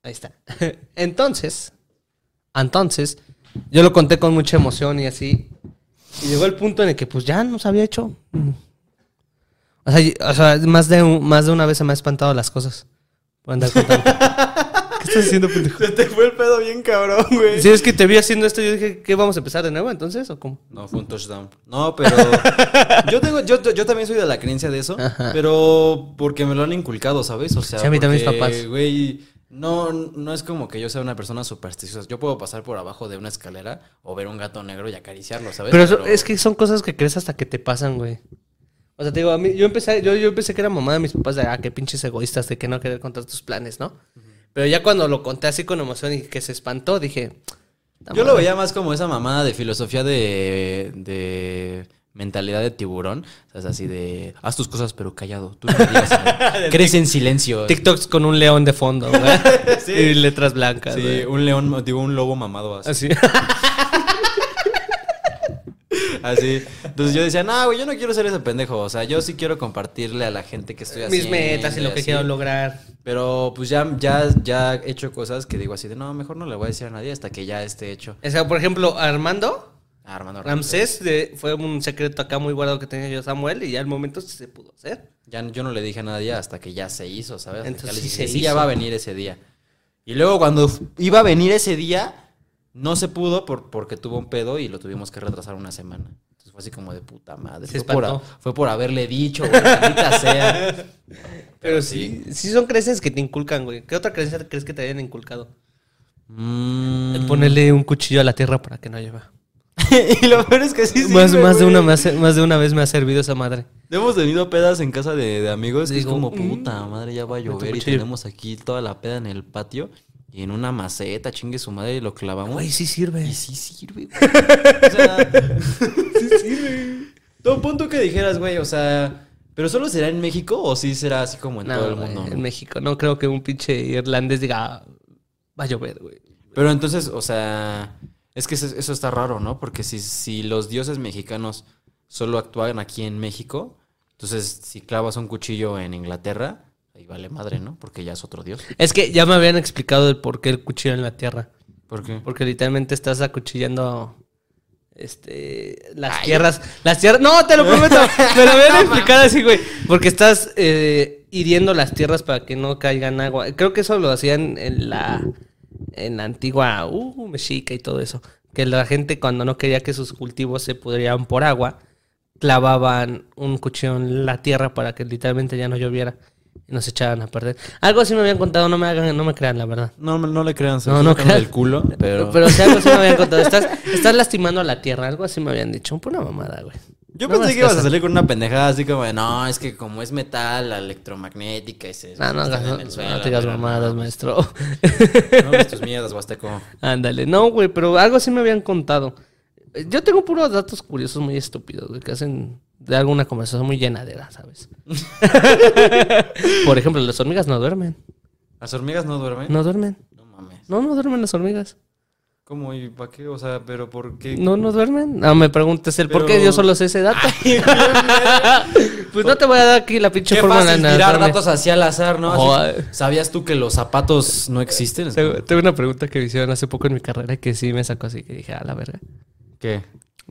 [SPEAKER 2] Ahí está. *laughs* Entonces. Entonces. Yo lo conté con mucha emoción y así. Y llegó el punto en el que pues ya no se había hecho. O sea, y- o sea, más, de un- más de una vez se me ha espantado las cosas. Por andar
[SPEAKER 1] *laughs*
[SPEAKER 2] contando. ¿Qué estás haciendo, pendejo?
[SPEAKER 1] Se te fue el pedo bien cabrón, güey.
[SPEAKER 2] Si es que te vi haciendo esto, yo dije, ¿qué vamos a empezar de nuevo entonces? ¿O cómo?
[SPEAKER 1] No, fue un touchdown. No,
[SPEAKER 2] *laughs*
[SPEAKER 1] pero. yo tengo, yo, yo también soy de la creencia de eso.
[SPEAKER 2] Ajá.
[SPEAKER 1] Pero porque me lo han inculcado, ¿sabes? O sea,
[SPEAKER 2] Sí, a mí también mis
[SPEAKER 1] porque,
[SPEAKER 2] papás.
[SPEAKER 1] Güey, no, no es como que yo sea una persona supersticiosa. Yo puedo pasar por abajo de una escalera o ver un gato negro y acariciarlo, ¿sabes?
[SPEAKER 2] Pero eso- es que son cosas que crees hasta que te pasan, güey. O sea, te digo, a mí, yo empecé, yo, yo pensé que era mamá de mis papás de, ah, qué pinches egoístas, de que no querer contar tus planes, ¿no? Pero ya cuando lo conté así con emoción y que se espantó, dije...
[SPEAKER 1] Yo lo veía más como esa mamada de filosofía de. de mentalidad de tiburón. O sea, es así de. Haz tus cosas, pero callado. Tú no me digas
[SPEAKER 2] *laughs*
[SPEAKER 1] nada. Crees en silencio.
[SPEAKER 2] TikToks con un león de fondo, güey.
[SPEAKER 1] *laughs*
[SPEAKER 2] Y letras blancas,
[SPEAKER 1] Sí,
[SPEAKER 2] güey.
[SPEAKER 1] un león, digo, un lobo mamado así.
[SPEAKER 2] Así.
[SPEAKER 1] Así. Entonces yo decía, no, güey, yo no quiero ser ese pendejo. O sea, yo sí quiero compartirle a la gente que estoy haciendo.
[SPEAKER 2] *laughs* Mis metas y lo que
[SPEAKER 1] así.
[SPEAKER 2] quiero lograr.
[SPEAKER 1] Pero pues ya, ya, ya he hecho cosas que digo así de, no, mejor no le voy a decir a nadie hasta que ya esté hecho.
[SPEAKER 2] O sea, por ejemplo, Armando
[SPEAKER 1] Ah, Armando
[SPEAKER 2] Ramsés de- fue un secreto acá muy guardado que tenía yo Samuel y ya al momento sí se pudo hacer.
[SPEAKER 1] Ya, yo no le dije a nadie hasta que ya se hizo, ¿sabes? Hasta que
[SPEAKER 2] Entonces,
[SPEAKER 1] ya le
[SPEAKER 2] sí
[SPEAKER 1] dije,
[SPEAKER 2] se
[SPEAKER 1] sí, ya
[SPEAKER 2] hizo".
[SPEAKER 1] va a venir ese día. Y luego cuando f- iba a venir ese día, no se pudo por, porque tuvo un pedo y lo tuvimos que retrasar una semana. Entonces fue así como de puta madre.
[SPEAKER 2] Se
[SPEAKER 1] fue, por, a-
[SPEAKER 2] espantó.
[SPEAKER 1] fue por haberle dicho, güey, maldita *laughs* sea.
[SPEAKER 2] Pero sí, sí son creencias que te inculcan, güey. ¿Qué otra creencia crees que te hayan inculcado?
[SPEAKER 1] Mm.
[SPEAKER 2] Ponerle un cuchillo a la tierra para que no llueva.
[SPEAKER 1] *laughs* y lo peor es que sí
[SPEAKER 2] más,
[SPEAKER 1] sirve,
[SPEAKER 2] más, de
[SPEAKER 1] güey.
[SPEAKER 2] una, me hace- más de una vez me ha servido esa madre.
[SPEAKER 1] Hemos tenido pedas en casa de, de amigos que es
[SPEAKER 2] Digo,
[SPEAKER 1] como,
[SPEAKER 2] mm,
[SPEAKER 1] puta madre, ya va a llover y
[SPEAKER 2] cuchillo.
[SPEAKER 1] tenemos aquí toda la peda en el patio y en una maceta, chingue su madre, y lo clavamos.
[SPEAKER 2] Güey, sí sirve.
[SPEAKER 1] Y sí sirve, güey. O sea, Eh. *laughs* sí sirve. Todo punto que dijeras, güey, o sea, ¿pero solo será en México o sí será así como en
[SPEAKER 2] No,
[SPEAKER 1] todo el
[SPEAKER 2] güey,
[SPEAKER 1] mundo?
[SPEAKER 2] en México. No creo que un pinche irlandés diga, "Ah, va a llover, güey.
[SPEAKER 1] Pero entonces, o sea, es que eso, eso está raro, ¿no? Porque si, si los dioses mexicanos solo actúan aquí en México, entonces si clavas un cuchillo en Inglaterra, ahí vale madre, ¿no? Porque ya es otro dios.
[SPEAKER 2] Es que ya me habían explicado el por qué el cuchillo en la tierra.
[SPEAKER 1] ¿Por qué?
[SPEAKER 2] Porque literalmente estás acuchillando este las tierras. Las tierras. No, te lo prometo. me lo habían explicado así, güey. Porque estás eh, hiriendo las tierras para que no caigan agua. Creo que eso lo hacían en la. En la antigua uh, mexica y todo eso. Que la gente cuando no quería que sus cultivos se pudrieran por agua, clavaban un cuchillo en la tierra para que literalmente ya no lloviera y nos echaran a perder. Algo así me habían contado, no me hagan, no me crean la verdad.
[SPEAKER 1] No, no le crean,
[SPEAKER 2] No, no crean.
[SPEAKER 1] el culo, pero...
[SPEAKER 2] Pero, si algo así me habían contado. Estás, estás lastimando a la tierra, algo así me habían dicho. Una mamada, güey.
[SPEAKER 1] Yo
[SPEAKER 2] No me
[SPEAKER 1] pensé
[SPEAKER 2] hagas
[SPEAKER 1] que ibas a
[SPEAKER 2] caso.
[SPEAKER 1] salir con una pendejada así como de, no, es que como es metal, la electromagnética y se...
[SPEAKER 2] No, Ah, no,
[SPEAKER 1] está
[SPEAKER 2] hagas-
[SPEAKER 1] en
[SPEAKER 2] no,
[SPEAKER 1] el
[SPEAKER 2] no
[SPEAKER 1] suelo,
[SPEAKER 2] te digas
[SPEAKER 1] pero no,
[SPEAKER 2] mamadas, maestro. *laughs*
[SPEAKER 1] No ves tus mierdas, Huasteco.
[SPEAKER 2] Ándale, no, güey, pero algo así me habían contado. Yo tengo puros datos curiosos muy estúpidos, güey, que hacen de alguna conversación muy llenadera,
[SPEAKER 1] *laughs*
[SPEAKER 2] ¿sabes? Por ejemplo, las hormigas no duermen.
[SPEAKER 1] ¿Las hormigas no duermen?
[SPEAKER 2] No duermen.
[SPEAKER 1] No mames.
[SPEAKER 2] No, no duermen las hormigas.
[SPEAKER 1] ¿Cómo y para qué? O sea, pero ¿por qué?
[SPEAKER 2] No, no duermen. No me preguntes el por qué,
[SPEAKER 1] Pero-
[SPEAKER 2] yo solo sé ese
[SPEAKER 1] *laughs*
[SPEAKER 2] dato. pues no te voy a dar aquí la pinche
[SPEAKER 1] Qué
[SPEAKER 2] forma
[SPEAKER 1] fácil
[SPEAKER 2] de
[SPEAKER 1] tirar
[SPEAKER 2] anatomía.
[SPEAKER 1] datos hacia el azar, ¿no? Así,
[SPEAKER 2] Joder.
[SPEAKER 1] ¿Sabías tú que los zapatos no existen?
[SPEAKER 2] Tengo, tengo una pregunta que me hicieron hace poco en mi carrera que sí me sacó así que dije, a la verga.
[SPEAKER 1] ¿Qué?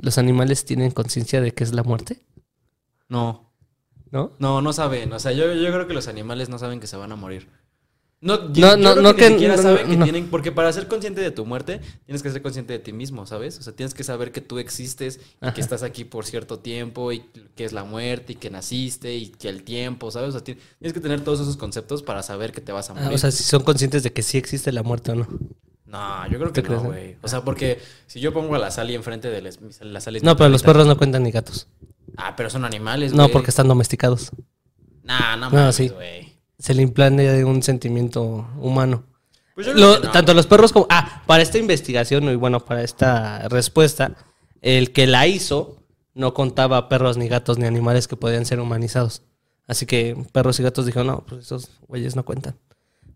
[SPEAKER 2] ¿Los animales tienen conciencia de qué es la muerte?
[SPEAKER 1] No.
[SPEAKER 2] ¿No?
[SPEAKER 1] No, no saben. O sea, yo, yo creo que los animales no saben que se van a morir. No,
[SPEAKER 2] No,
[SPEAKER 1] yo, yo
[SPEAKER 2] no,
[SPEAKER 1] creo
[SPEAKER 2] no
[SPEAKER 1] que,
[SPEAKER 2] que-
[SPEAKER 1] ni siquiera
[SPEAKER 2] no,
[SPEAKER 1] saben que
[SPEAKER 2] no.
[SPEAKER 1] tienen. Porque para ser consciente de tu muerte, tienes que ser consciente de ti mismo, ¿sabes? O sea, tienes que saber que tú existes y
[SPEAKER 2] Ajá.
[SPEAKER 1] que estás aquí por cierto tiempo y que es la muerte y que naciste y que el tiempo, ¿sabes? O sea, ti- tienes que tener todos esos conceptos para saber que te vas a
[SPEAKER 2] Ah,
[SPEAKER 1] morir.
[SPEAKER 2] o sea, si son conscientes de que sí existe la muerte o no.
[SPEAKER 1] No, yo creo que
[SPEAKER 2] ¿Tú crees,
[SPEAKER 1] no,
[SPEAKER 2] eh?
[SPEAKER 1] güey. O sea, porque si yo pongo a la Sally enfrente de las, mis- la Sally es
[SPEAKER 2] No,
[SPEAKER 1] mi
[SPEAKER 2] pero los
[SPEAKER 1] perrita.
[SPEAKER 2] perros no cuentan ni gatos.
[SPEAKER 1] Ah, pero son animales, güey.
[SPEAKER 2] No, porque están domesticados.
[SPEAKER 1] Nah, no,
[SPEAKER 2] No,
[SPEAKER 1] mames,
[SPEAKER 2] sí.
[SPEAKER 1] güey.
[SPEAKER 2] Se le implante un sentimiento humano.
[SPEAKER 1] Pues yo
[SPEAKER 2] Lo-
[SPEAKER 1] creo que no.
[SPEAKER 2] Tanto los perros como... Ah, para esta investigación y bueno, para esta respuesta, el que la hizo no contaba perros ni gatos ni animales que podían ser humanizados. Así que perros y gatos dijeron, no, pues esos güeyes no cuentan.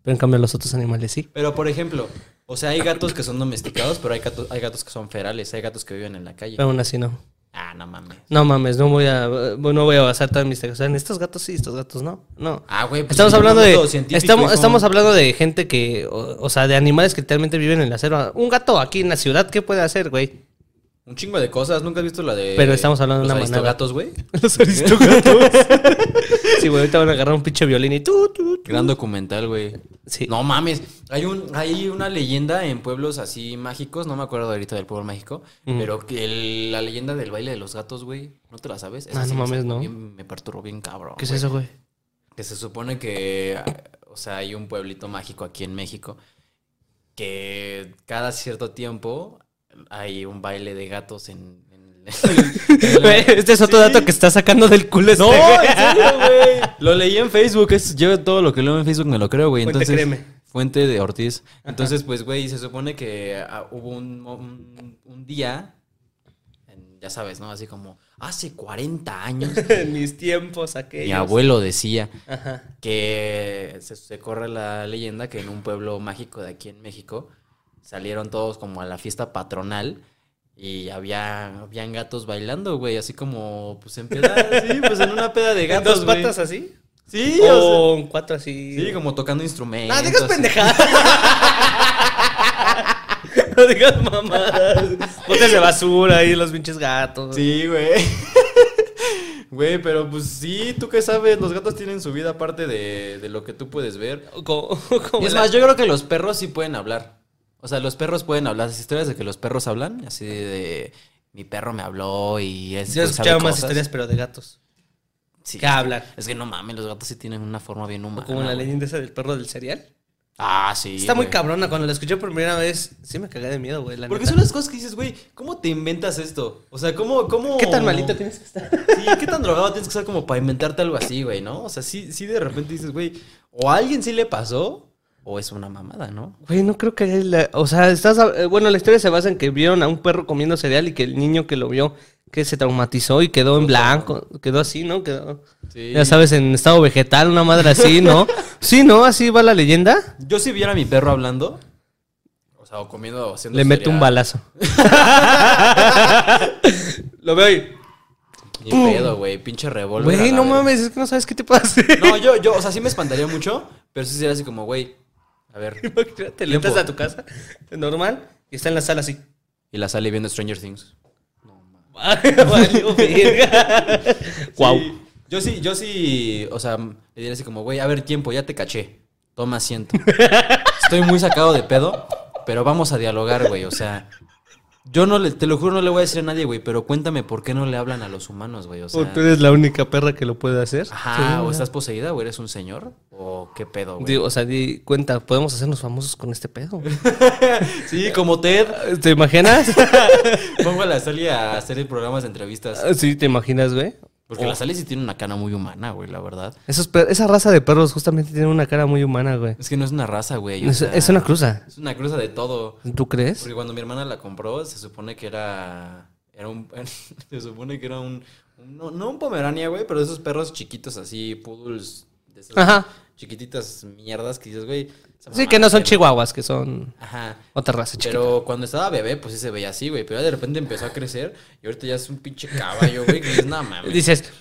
[SPEAKER 2] Pero en cambio los otros animales sí.
[SPEAKER 1] Pero, por ejemplo, o sea, hay gatos que son domesticados, pero hay gatos, hay gatos que son ferales, hay gatos que viven en la calle.
[SPEAKER 2] Pero aún así no.
[SPEAKER 1] Ah, no mames.
[SPEAKER 2] No mames, no voy a, eh, no voy a basar toda mi investigación en estos gatos sí, estos gatos no. No.
[SPEAKER 1] Ah, güey. pues
[SPEAKER 2] Estamos
[SPEAKER 1] es un
[SPEAKER 2] hablando de.
[SPEAKER 1] método científico,
[SPEAKER 2] Estamos,
[SPEAKER 1] hijo.
[SPEAKER 2] estamos hablando de gente que. O, o sea, de animales que literalmente viven en la selva. Un gato aquí en la ciudad, ¿qué puede hacer, güey?
[SPEAKER 1] Un chingo de cosas. ¿Nunca has visto la de.
[SPEAKER 2] Pero estamos hablando de
[SPEAKER 1] los
[SPEAKER 2] una manada.
[SPEAKER 1] gatos, güey. *laughs*
[SPEAKER 2] Los aristogatos. *laughs* sí, güey, ahorita van a agarrar un pinche violín y tú, tú, tú.
[SPEAKER 1] Gran documental, güey.
[SPEAKER 2] Sí.
[SPEAKER 1] No mames. Hay un, hay una leyenda en pueblos así mágicos, no me acuerdo ahorita del pueblo mágico, pero que el- la leyenda del baile de los gatos, güey. ¿No te la sabes? Esa
[SPEAKER 2] Ah, no
[SPEAKER 1] me
[SPEAKER 2] mames,
[SPEAKER 1] sacó
[SPEAKER 2] no.
[SPEAKER 1] bien- me perturbó bien cabrón.
[SPEAKER 2] ¿Qué es
[SPEAKER 1] güey.
[SPEAKER 2] eso, güey?
[SPEAKER 1] Que se supone que, o sea, hay un pueblito mágico aquí en México que cada cierto tiempo hay un baile de gatos en... en- *laughs* en la- *laughs*
[SPEAKER 2] Güey, Este es otro
[SPEAKER 1] Sí.
[SPEAKER 2] dato que está sacando del culo este.
[SPEAKER 1] No,
[SPEAKER 2] güey.
[SPEAKER 1] Oh, en serio, güey. Lo leí en Facebook. Es, yo todo lo que leo en Facebook me lo creo, güey.
[SPEAKER 2] Fuente
[SPEAKER 1] Entonces,
[SPEAKER 2] créeme.
[SPEAKER 1] Fuente de Ortiz. Entonces, pues, güey, se supone que ah, hubo un, un, un día, en- ya sabes, ¿no? Así como, hace 40 años,
[SPEAKER 2] En mis tiempos aquellos.
[SPEAKER 1] mi abuelo decía
[SPEAKER 2] Ajá.
[SPEAKER 1] que se, se corre la leyenda que en un pueblo mágico de aquí en México salieron todos como a la fiesta patronal y había habían gatos bailando, güey, así como pues en peda,
[SPEAKER 2] *laughs*
[SPEAKER 1] sí, pues en una peda de
[SPEAKER 2] ¿En
[SPEAKER 1] gatos,
[SPEAKER 2] dos
[SPEAKER 1] güey.
[SPEAKER 2] patas así?
[SPEAKER 1] Sí, o
[SPEAKER 2] O en cuatro así.
[SPEAKER 1] sea, sí, como tocando instrumentos.
[SPEAKER 2] Oh. No digas
[SPEAKER 1] así. *laughs*
[SPEAKER 2] pendejadas. no digas mamadas. Botes de basura ahí, los pinches gatos.
[SPEAKER 1] Sí, güey. *laughs* Güey, pero pues sí, tú qué sabes, los gatos tienen su vida aparte de, de lo que tú puedes ver.
[SPEAKER 2] Como, como
[SPEAKER 1] Es
[SPEAKER 2] la-
[SPEAKER 1] más, yo creo que los perros sí pueden hablar. O sea, los perros pueden hablar. Las historias de que los perros hablan, así de mi perro me habló y es
[SPEAKER 2] yo he
[SPEAKER 1] que sabe
[SPEAKER 2] escuchado más
[SPEAKER 1] cosas.
[SPEAKER 2] historias, pero de gatos.
[SPEAKER 1] Sí.
[SPEAKER 2] que hablan.
[SPEAKER 1] Es que no mames, los gatos sí tienen una forma bien humana.
[SPEAKER 2] Como la
[SPEAKER 1] güey.
[SPEAKER 2] leyenda esa del perro del cereal.
[SPEAKER 1] Ah, sí.
[SPEAKER 2] Está muy
[SPEAKER 1] güey.
[SPEAKER 2] cabrona. Cuando la escuché por primera vez, sí me cagué de miedo, güey. la
[SPEAKER 1] Porque
[SPEAKER 2] neta.
[SPEAKER 1] son las cosas que dices, güey, ¿cómo te inventas esto? O sea, ¿cómo, cómo...
[SPEAKER 2] ¿Qué tan malito
[SPEAKER 1] *laughs*
[SPEAKER 2] tienes que estar?
[SPEAKER 1] Sí, ¿qué tan drogado tienes que estar como para inventarte algo así, güey, no? O sea, sí, sí de repente dices, güey, o a alguien sí le pasó, o es una mamada, ¿no?
[SPEAKER 2] Güey, no creo que haya la- O sea, estás... a- eh, Bueno, la historia se basa en que vieron a un perro comiendo cereal y que el niño que lo vio que se traumatizó y quedó en blanco. Quedó así, ¿no? Quedó...
[SPEAKER 1] Sí.
[SPEAKER 2] Ya sabes, en estado vegetal, una madre así, *laughs* ¿no? sí, ¿no? Así va la leyenda.
[SPEAKER 1] Yo si viera a mi perro hablando, o sea, o comiendo o haciendo
[SPEAKER 2] Le meto un
[SPEAKER 1] cereal,
[SPEAKER 2] balazo. *laughs* Lo veo ahí.
[SPEAKER 1] Ni pedo, güey, pinche revólver. a
[SPEAKER 2] Güey,
[SPEAKER 1] la
[SPEAKER 2] no
[SPEAKER 1] verga.
[SPEAKER 2] mames, es que no sabes qué te *laughs* pasa.
[SPEAKER 1] No, yo, yo, o sea, sí me espantaría mucho, pero sí sería así como, güey, a ver.
[SPEAKER 2] Imagínate, le
[SPEAKER 1] Tiempo.
[SPEAKER 2] entras a tu casa, normal, y está en la sala así.
[SPEAKER 1] Y la sale viendo Stranger Things.
[SPEAKER 2] *laughs* Valió verga. *laughs* *laughs* Guau.
[SPEAKER 1] Sí, Yo sí, yo sí, o sea, le diría así como, güey, a ver, tiempo, ya te caché. Toma asiento.
[SPEAKER 2] *laughs*
[SPEAKER 1] Estoy muy sacado de pedo, pero vamos a dialogar, güey. O sea, yo no le, te lo juro, no le voy a decir a nadie, güey, pero cuéntame por qué no le hablan a los humanos, güey. O
[SPEAKER 2] O
[SPEAKER 1] sea,
[SPEAKER 2] tú eres la única perra que lo puede hacer.
[SPEAKER 1] ajá, o estás poseída o eres un señor, o qué pedo, güey.
[SPEAKER 2] Digo, o sea, di cuenta, podemos hacernos famosos con este pedo.
[SPEAKER 1] Sí, como Ted,
[SPEAKER 2] *laughs* ¿Te imaginas?
[SPEAKER 1] *laughs* pongo a la Sally a hacer programas de entrevistas.
[SPEAKER 2] *laughs* sí, te imaginas, güey.
[SPEAKER 1] Porque la Sally sí tiene una cara muy humana, güey, la verdad.
[SPEAKER 2] Esos per- esa raza de perros justamente tiene una cara muy humana, güey.
[SPEAKER 1] Es que no es una raza, güey. o
[SPEAKER 2] Es,
[SPEAKER 1] sea,
[SPEAKER 2] es una cruza.
[SPEAKER 1] Es una cruza de todo.
[SPEAKER 2] ¿Tú crees?
[SPEAKER 1] Porque cuando mi hermana la compró, se supone que era. Era un. *laughs* Se supone que era un. un- no, no un pomerania, güey, pero esos perros chiquitos así, poodles. De esas
[SPEAKER 2] Ajá.
[SPEAKER 1] Chiquititas mierdas que dices, güey. esa
[SPEAKER 2] Sí,
[SPEAKER 1] mamá
[SPEAKER 2] que no son
[SPEAKER 1] tiene-
[SPEAKER 2] chihuahuas, que son
[SPEAKER 1] Ajá.
[SPEAKER 2] otra raza chiquita.
[SPEAKER 1] Pero cuando estaba bebé, pues sí se veía así, güey. Pero ya de repente empezó a crecer y ahorita ya es un pinche caballo, güey. Que dices, no mames.
[SPEAKER 2] Dices,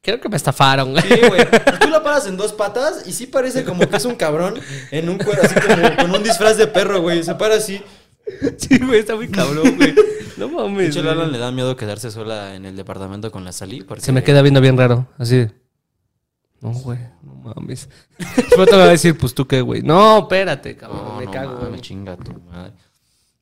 [SPEAKER 2] creo que me estafaron, güey.
[SPEAKER 1] Sí, güey. Pues Tú la paras en dos patas y sí parece como que es un cabrón en un cuero así como con un disfraz de perro, güey. Se para así.
[SPEAKER 2] *laughs* Sí, güey, está muy cabrón, güey. *laughs* No
[SPEAKER 1] De
[SPEAKER 2] mames.
[SPEAKER 1] hecho, a Lalan le da miedo quedarse sola en el departamento con la Sally. Porque...
[SPEAKER 2] Se me queda viendo bien raro, así. de, No, güey, no mames. *laughs* Pronto me va a decir, pues tú qué, güey. No, espérate, cabrón,
[SPEAKER 1] No,
[SPEAKER 2] me
[SPEAKER 1] Oh, no
[SPEAKER 2] cago,
[SPEAKER 1] mames,
[SPEAKER 2] güey.
[SPEAKER 1] chinga tu madre.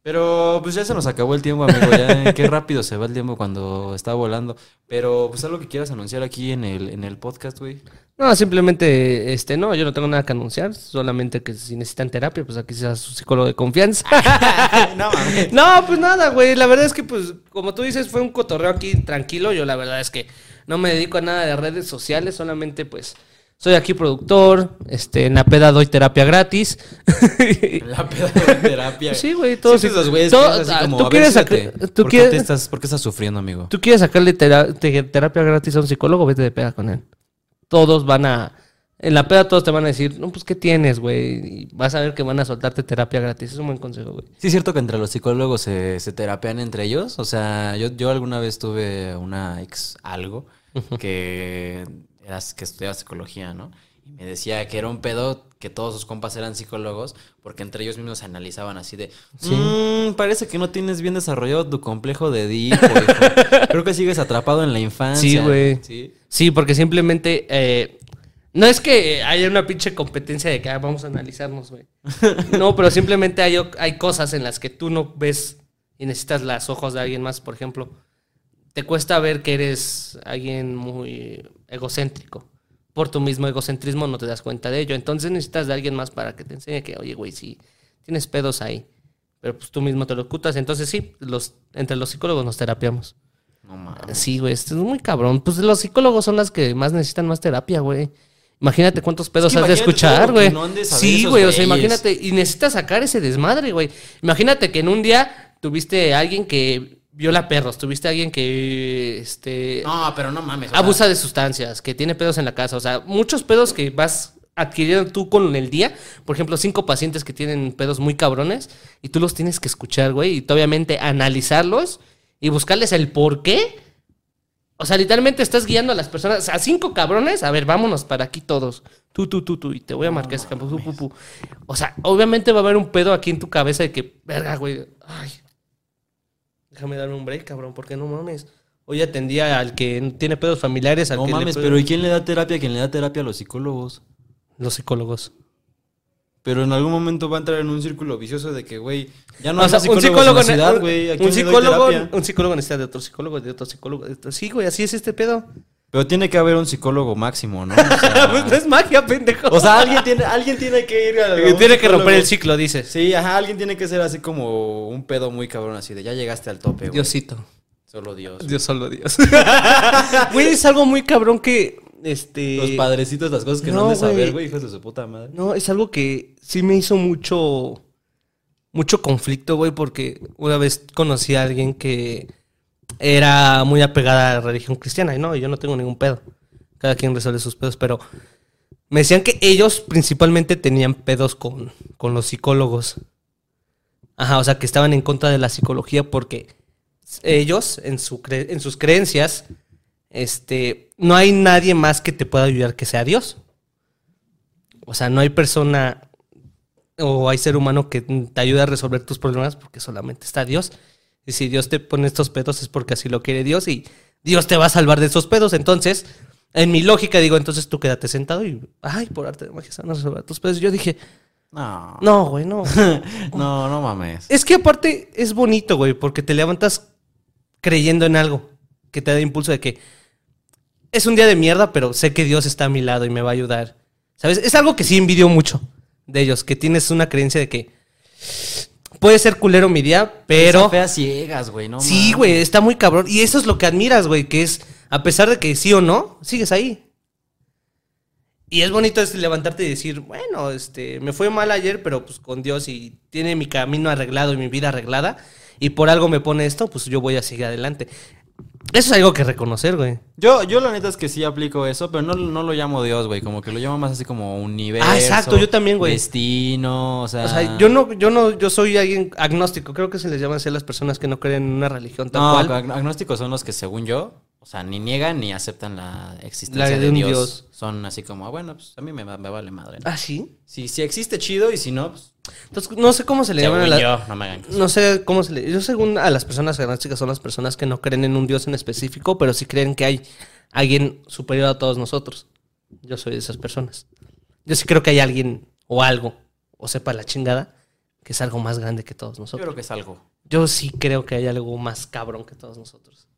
[SPEAKER 1] Pero pues ya se nos acabó el tiempo, amigo. Ya eh, qué rápido se va el tiempo cuando está volando. Pero pues algo que quieras anunciar aquí en el, en el podcast, güey.
[SPEAKER 2] No, simplemente, este, no, yo no tengo nada que anunciar, solamente que si necesitan terapia, pues aquí sea su psicólogo de confianza.
[SPEAKER 1] no, mames.
[SPEAKER 2] *laughs* Ah, No, pues nada, güey, la verdad es que, pues, como tú dices, fue un cotorreo aquí tranquilo, yo la verdad es que no me dedico a nada de redes sociales, solamente, pues, soy aquí productor, este, en la peda doy terapia gratis. *laughs*
[SPEAKER 1] La peda de terapia.
[SPEAKER 2] Sí, güey, todos-
[SPEAKER 1] esos güeyes
[SPEAKER 2] todo-
[SPEAKER 1] que es así
[SPEAKER 2] ah,
[SPEAKER 1] como,
[SPEAKER 2] tú
[SPEAKER 1] a ver,
[SPEAKER 2] quieres
[SPEAKER 1] siéntate,
[SPEAKER 2] acre- tú
[SPEAKER 1] ¿por qué
[SPEAKER 2] quieres-
[SPEAKER 1] te estás, ¿Por qué estás sufriendo, amigo?
[SPEAKER 2] Tú quieres sacarle tera- te- terapia gratis a un psicólogo, vete de peda con él. Todos van a. En la peda todos te van a decir, no, pues, ¿qué tienes, güey? Y vas a ver que van a soltarte terapia gratis. Es un buen consejo, güey.
[SPEAKER 1] Sí, es cierto que entre los psicólogos se, se terapean entre ellos. O sea, yo, yo alguna vez tuve una ex algo que, era, que estudiaba psicología, ¿no? Y me decía que era un pedo que todos sus compas eran psicólogos porque entre ellos mismos se analizaban así de, "Mm, parece que no tienes bien desarrollado tu complejo de Edipo.
[SPEAKER 2] *laughs*
[SPEAKER 1] hijo. Creo que sigues atrapado en la infancia.
[SPEAKER 2] Sí, güey.
[SPEAKER 1] Sí.
[SPEAKER 2] Sí, porque simplemente. eh, no es que haya una pinche competencia de que ah, vamos a analizarnos, güey. No, pero simplemente hay, o- hay cosas en las que tú no ves y necesitas los ojos de alguien más. Por ejemplo, te cuesta ver que eres alguien muy egocéntrico. Por tu mismo egocentrismo no te das cuenta de ello. Entonces necesitas de alguien más para que te enseñe que, oye, güey, sí, tienes pedos ahí. Pero pues tú mismo te lo ocultas. Entonces sí, los, entre los psicólogos nos terapiamos.
[SPEAKER 1] No mames.
[SPEAKER 2] Sí, güey, esto es muy cabrón. Pues los psicólogos son las que más necesitan más terapia, güey. Imagínate cuántos pedos
[SPEAKER 1] que
[SPEAKER 2] has de
[SPEAKER 1] imagínate todo
[SPEAKER 2] escuchar,
[SPEAKER 1] lo
[SPEAKER 2] güey.
[SPEAKER 1] que no han de saber
[SPEAKER 2] sí,
[SPEAKER 1] esos
[SPEAKER 2] güey, o sea,
[SPEAKER 1] güeyes.
[SPEAKER 2] imagínate. Y necesitas sacar ese desmadre, güey. Imagínate que en un día tuviste a alguien que viola perros, tuviste a alguien que este,
[SPEAKER 1] No, pero no mames. o sea,
[SPEAKER 2] abusa de sustancias, que tiene pedos en la casa. O sea, muchos pedos que vas adquiriendo tú con el día. Por ejemplo, cinco pacientes que tienen pedos muy cabrones y tú los tienes que escuchar, güey, y tú, obviamente analizarlos y buscarles el por qué. O sea, literalmente estás guiando a las personas, a cinco cabrones, a ver, vámonos para aquí todos. Tú, tú, tú, tú, y te voy a marcar ese campo. Pu, pu, pu. O sea, obviamente va a haber un pedo aquí en tu cabeza de que, verga, güey, ay, Déjame darme un break, cabrón, porque no mames. Hoy atendía al que tiene pedos familiares, al
[SPEAKER 1] No
[SPEAKER 2] que le
[SPEAKER 1] mames,
[SPEAKER 2] puede-
[SPEAKER 1] pero ¿y quién le da terapia? ¿Quién le da terapia a los psicólogos?
[SPEAKER 2] los psicólogos.
[SPEAKER 1] Pero en algún momento va a entrar en un círculo vicioso de que, güey, ya no
[SPEAKER 2] O sea,
[SPEAKER 1] hay
[SPEAKER 2] un
[SPEAKER 1] psicólogos
[SPEAKER 2] psicólogo,
[SPEAKER 1] en la ciudad,
[SPEAKER 2] un-
[SPEAKER 1] güey. ¿a quién
[SPEAKER 2] un,
[SPEAKER 1] le doy
[SPEAKER 2] psicólogo
[SPEAKER 1] terapia?
[SPEAKER 2] un psicólogo necesita de otro psicólogo, de otro psicólogo, de otro- sí, güey, así es este pedo.
[SPEAKER 1] Pero tiene que haber un psicólogo máximo,
[SPEAKER 2] *laughs*
[SPEAKER 1] ¿no? O sea,
[SPEAKER 2] Pues no es magia, pendejo.
[SPEAKER 1] Ah. o sea, alguien, tiene, alguien tiene que ir a. a un
[SPEAKER 2] *laughs* tiene que romper el
[SPEAKER 1] psicólogo.
[SPEAKER 2] ciclo, dices.
[SPEAKER 1] Sí, ajá, alguien tiene que ser así como un pedo muy cabrón, así de ya llegaste al tope, güey.
[SPEAKER 2] Diosito.
[SPEAKER 1] Solo Dios.
[SPEAKER 2] Dios solo Dios. *laughs* Güey, es algo muy cabrón que este
[SPEAKER 1] Los padrecitos, las cosas que no,
[SPEAKER 2] No,
[SPEAKER 1] han de saber,
[SPEAKER 2] güey.
[SPEAKER 1] güey, hijos de su puta madre.
[SPEAKER 2] No, es algo que sí me hizo mucho, mucho conflicto, güey, porque una vez conocí a alguien que era muy apegada a la religión cristiana, y no, yo no tengo ningún pedo. Cada quien resuelve sus pedos, pero me decían que ellos principalmente tenían pedos con, con los psicólogos. Ajá, o sea, que estaban en contra de la psicología porque ellos, en, su cre- en sus creencias, este, no hay nadie más que te pueda ayudar que sea Dios. O sea, no hay persona o hay ser humano que te ayude a resolver tus problemas porque solamente está Dios. Y si Dios te pone estos pedos es porque así lo quiere Dios y Dios te va a salvar de esos pedos. Entonces, en mi lógica digo, entonces tú quédate sentado y, ay, por arte de magia se van a resolver tus pedos. Yo dije,
[SPEAKER 1] No. No,
[SPEAKER 2] no, güey, no.
[SPEAKER 1] no, mames.
[SPEAKER 2] Es que aparte es bonito, güey, porque te levantas creyendo en algo que te da impulso de que es un día de mierda, pero sé que Dios está a mi lado y me va a ayudar. ¿Sabes? Es algo que sí envidio mucho de ellos, que tienes una creencia de que puede ser culero mi día,
[SPEAKER 1] Esa
[SPEAKER 2] pero...
[SPEAKER 1] Fea ciegas, güey, no
[SPEAKER 2] Sí,
[SPEAKER 1] mames.
[SPEAKER 2] güey, está muy cabrón. Y eso es lo que admiras, güey, que es, a pesar de que sí o no, sigues ahí. Y es bonito es levantarte y decir, bueno, este, me fue mal ayer, pero pues con Dios y tiene mi camino arreglado y mi vida arreglada, y por algo me pone esto, pues yo voy a seguir adelante. Eso es algo que reconocer, güey.
[SPEAKER 1] Yo, yo la neta es que sí aplico eso, pero no, no lo llamo Dios, güey. Como que lo llamo más así como universo.
[SPEAKER 2] Ah, exacto, yo también, güey.
[SPEAKER 1] Destino, o sea.
[SPEAKER 2] O sea, yo no, yo no, yo soy alguien agnóstico, creo que se les llama así a las personas que no creen en una religión tal
[SPEAKER 1] No,
[SPEAKER 2] cual.
[SPEAKER 1] ag- agnósticos son los que, según yo, o sea, ni niegan ni aceptan la existencia
[SPEAKER 2] La
[SPEAKER 1] de,
[SPEAKER 2] de un
[SPEAKER 1] Dios.
[SPEAKER 2] Dios.
[SPEAKER 1] Son así como, ah, bueno, pues a mí me, va- me vale madre. ¿no?
[SPEAKER 2] Ah, sí.
[SPEAKER 1] Si, si existe chido y si no, pues.
[SPEAKER 2] Entonces, no sé cómo se le llaman a
[SPEAKER 1] según
[SPEAKER 2] la-
[SPEAKER 1] yo, no me hagan caso.
[SPEAKER 2] No sé cómo se le. Yo, según a las personas agnósticas, son las personas que no creen en un Dios en específico, pero sí creen que hay alguien superior a todos nosotros. Yo soy de esas personas. Yo sí creo que hay alguien o algo, o sepa la chingada, que es algo más grande que todos
[SPEAKER 1] Yo
[SPEAKER 2] nosotros.
[SPEAKER 1] creo que es algo.
[SPEAKER 2] Yo sí creo que hay algo más cabrón que todos nosotros.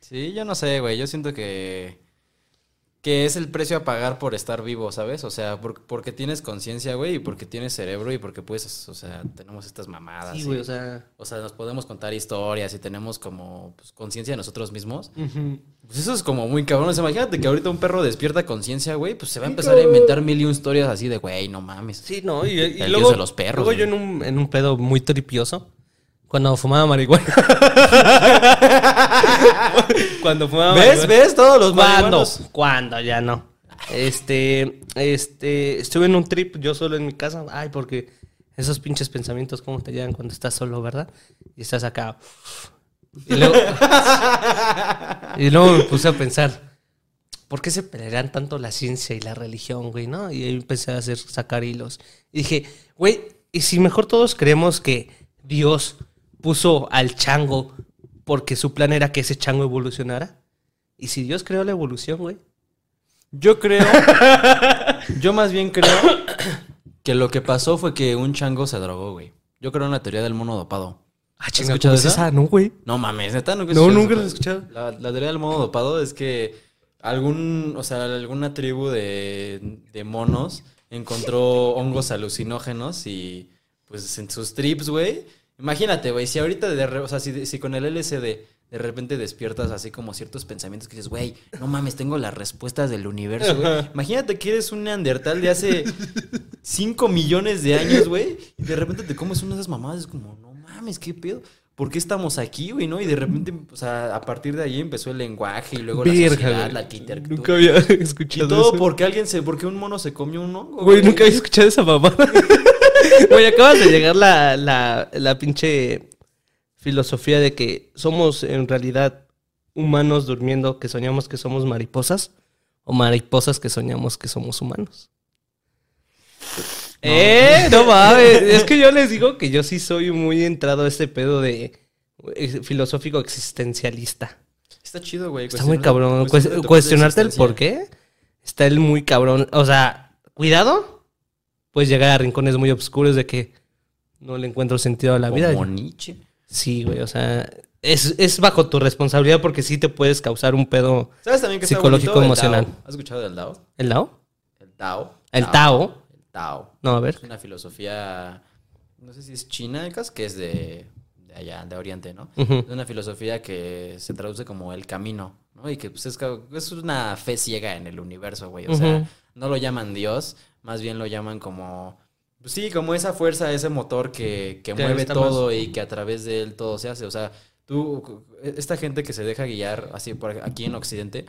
[SPEAKER 1] Sí, yo no sé, güey. Yo siento que. que es el precio a pagar por estar vivo, ¿sabes? O sea, por- porque tienes conciencia, güey, y porque tienes cerebro y porque puedes, o sea, tenemos estas mamadas.
[SPEAKER 2] Sí,
[SPEAKER 1] y-
[SPEAKER 2] güey, o sea.
[SPEAKER 1] o sea, nos podemos contar historias y tenemos como pues, conciencia de nosotros mismos. Pues eso es como muy cabrón. O sea, imagínate que ahorita un perro despierta conciencia, güey, pues se va a empezar a inventar mil y un historias así de, güey, no mames. *laughs*
[SPEAKER 2] Sí, no, y, y
[SPEAKER 1] dios
[SPEAKER 2] luego,
[SPEAKER 1] de los perros,
[SPEAKER 2] luego yo en un, en un pedo muy tripioso, cuando fumaba marihuana. *laughs* cuando fumaba
[SPEAKER 1] ¿Ves?
[SPEAKER 2] marihuana.
[SPEAKER 1] ¿Ves? Todos los
[SPEAKER 2] ¿Cuándo?
[SPEAKER 1] marihuanos.
[SPEAKER 2] ¿Cuándo? Ya no. Este, este, estuve en un trip yo solo en mi casa. Ay, porque esos pinches pensamientos, ¿cómo te llegan cuando estás solo, verdad? Y estás acá. Y
[SPEAKER 1] *laughs*
[SPEAKER 2] luego, y luego me puse a pensar, ¿por qué se pelearán tanto la ciencia y la religión, güey, no? Y ahí empecé a hacer, sacar hilos. Y dije, güey, ¿y si mejor todos creemos que Dios puso al chango porque su plan era que ese chango evolucionara? ¿Y si Dios creó la evolución, güey?
[SPEAKER 1] Yo *laughs* creo. yo más bien creo que lo que pasó fue que un chango se drogó, güey. Yo creo en la teoría del mono dopado.
[SPEAKER 2] Ah,
[SPEAKER 1] chinga, ¿cómo es esa?
[SPEAKER 2] No, güey.
[SPEAKER 1] No mames, neta, nunca
[SPEAKER 2] No,
[SPEAKER 1] escuchado
[SPEAKER 2] nunca
[SPEAKER 1] eso?
[SPEAKER 2] lo he escuchado.
[SPEAKER 1] La, la teoría del mono dopado es que algún, o sea, alguna tribu de, de monos encontró hongos alucinógenos y pues en sus trips, güey. Imagínate, güey, si ahorita, de, re- o sea, si, si con el LSD de repente despiertas así como ciertos pensamientos que dices, güey, no mames, tengo las respuestas del universo, güey. Imagínate que eres un neandertal de hace
[SPEAKER 2] *laughs*
[SPEAKER 1] 5 millones de años, güey. Y de repente te comes una de esas mamadas. Es como, no mames, qué pedo. ¿Por qué estamos aquí, güey? ¿No? Y de repente, o sea, a partir de ahí empezó el lenguaje y luego la sociedad, la arquitectura.
[SPEAKER 2] Nunca había *laughs*
[SPEAKER 1] y
[SPEAKER 2] escuchado
[SPEAKER 1] todo
[SPEAKER 2] eso.
[SPEAKER 1] porque alguien se, porque un mono se comió un hongo.
[SPEAKER 2] Güey, nunca había escuchado esa mamada. *laughs* Güey, acabas de llegar la, la, la pinche filosofía de que somos en realidad humanos durmiendo, que soñamos que somos mariposas, o mariposas que soñamos que somos humanos. Eh, *laughs* no mames. Es que yo les digo que yo sí soy muy entrado a este pedo de eh, filosófico existencialista.
[SPEAKER 1] Está chido, güey.
[SPEAKER 2] Está muy
[SPEAKER 1] cuestionar-
[SPEAKER 2] cabrón.
[SPEAKER 1] cuestionarte
[SPEAKER 2] Cues-
[SPEAKER 1] tu
[SPEAKER 2] Cuestionarte el
[SPEAKER 1] propia
[SPEAKER 2] por qué está el muy cabrón. O sea, cuidado. Puedes llegar a rincones muy oscuros de que no le encuentro sentido a la
[SPEAKER 1] existencia.
[SPEAKER 2] vida.
[SPEAKER 1] Como Nietzsche.
[SPEAKER 2] Sí, güey. O sea, es, es bajo tu responsabilidad porque sí te puedes causar un pedo.
[SPEAKER 1] ¿Sabes también que
[SPEAKER 2] Psicológico
[SPEAKER 1] está bonito? El
[SPEAKER 2] emocional.
[SPEAKER 1] Tao. ¿Has escuchado del Tao?
[SPEAKER 2] ¿El Lao?
[SPEAKER 1] El Tao.
[SPEAKER 2] ¿El Tao?
[SPEAKER 1] El Tao.
[SPEAKER 2] No, a ver.
[SPEAKER 1] Es una filosofía, no sé si es china, cas- que es de, de allá, de Oriente, ¿no?
[SPEAKER 2] Ujú.
[SPEAKER 1] Es una filosofía que se traduce como el camino, ¿no? Y que pues, es, ca- es una fe ciega en el universo, güey. O
[SPEAKER 2] Ujú.
[SPEAKER 1] sea, no lo llaman Dios, más bien lo llaman como... pues, sí, como esa fuerza, ese motor que, que
[SPEAKER 2] Que
[SPEAKER 1] mueve
[SPEAKER 2] está
[SPEAKER 1] todo y que a través de él todo se hace. O sea, tú, esta gente que se deja guiar así por aquí en Occidente,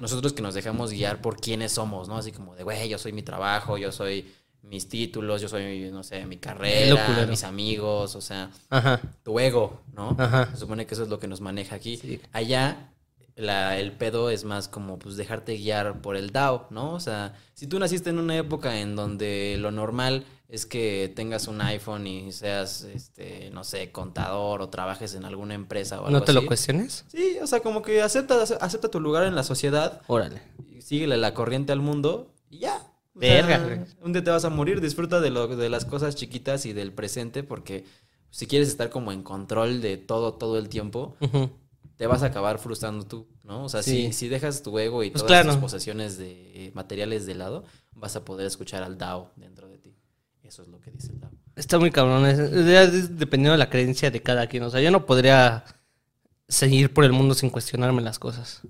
[SPEAKER 1] nosotros que nos dejamos guiar por quiénes somos, ¿no? Así como de, güey, yo soy mi trabajo, yo soy mis títulos, yo soy, no sé, mi
[SPEAKER 2] Lo
[SPEAKER 1] carrera,
[SPEAKER 2] culero.
[SPEAKER 1] mis amigos, o sea,
[SPEAKER 2] Ajá.
[SPEAKER 1] tu ego, ¿no?
[SPEAKER 2] Ajá.
[SPEAKER 1] Se supone que eso es lo que nos maneja aquí.
[SPEAKER 2] Sí.
[SPEAKER 1] Allá la- el pedo es más como pues dejarte guiar por el DAO, ¿no? O sea, si tú naciste en una época en donde lo normal es que tengas un iPhone y seas, este, no sé, contador o trabajes en alguna empresa o algo
[SPEAKER 2] ¿No te lo
[SPEAKER 1] así.
[SPEAKER 2] cuestiones?
[SPEAKER 1] Sí, o sea, como que acepta, acepta tu lugar en la sociedad
[SPEAKER 2] Órale.
[SPEAKER 1] y síguele la corriente al mundo y ya. O
[SPEAKER 2] Verga,
[SPEAKER 1] sea,
[SPEAKER 2] güey.
[SPEAKER 1] un día te vas a morir, disfruta de, lo, de las cosas chiquitas y del presente porque si quieres estar como en control de todo, todo el tiempo,
[SPEAKER 2] Ujú.
[SPEAKER 1] te vas a acabar frustrando tú, ¿no? O sea,
[SPEAKER 2] Sí.
[SPEAKER 1] si, si dejas tu ego y
[SPEAKER 2] Pues
[SPEAKER 1] todas
[SPEAKER 2] claro.
[SPEAKER 1] tus posesiones de eh, materiales de lado, vas a poder escuchar al Dao dentro de ti. Eso es lo que dice el Dao.
[SPEAKER 2] Está muy cabrón. es- ya es dependiendo de la creencia de cada quien. O sea, yo no podría seguir por el mundo sin cuestionarme las cosas.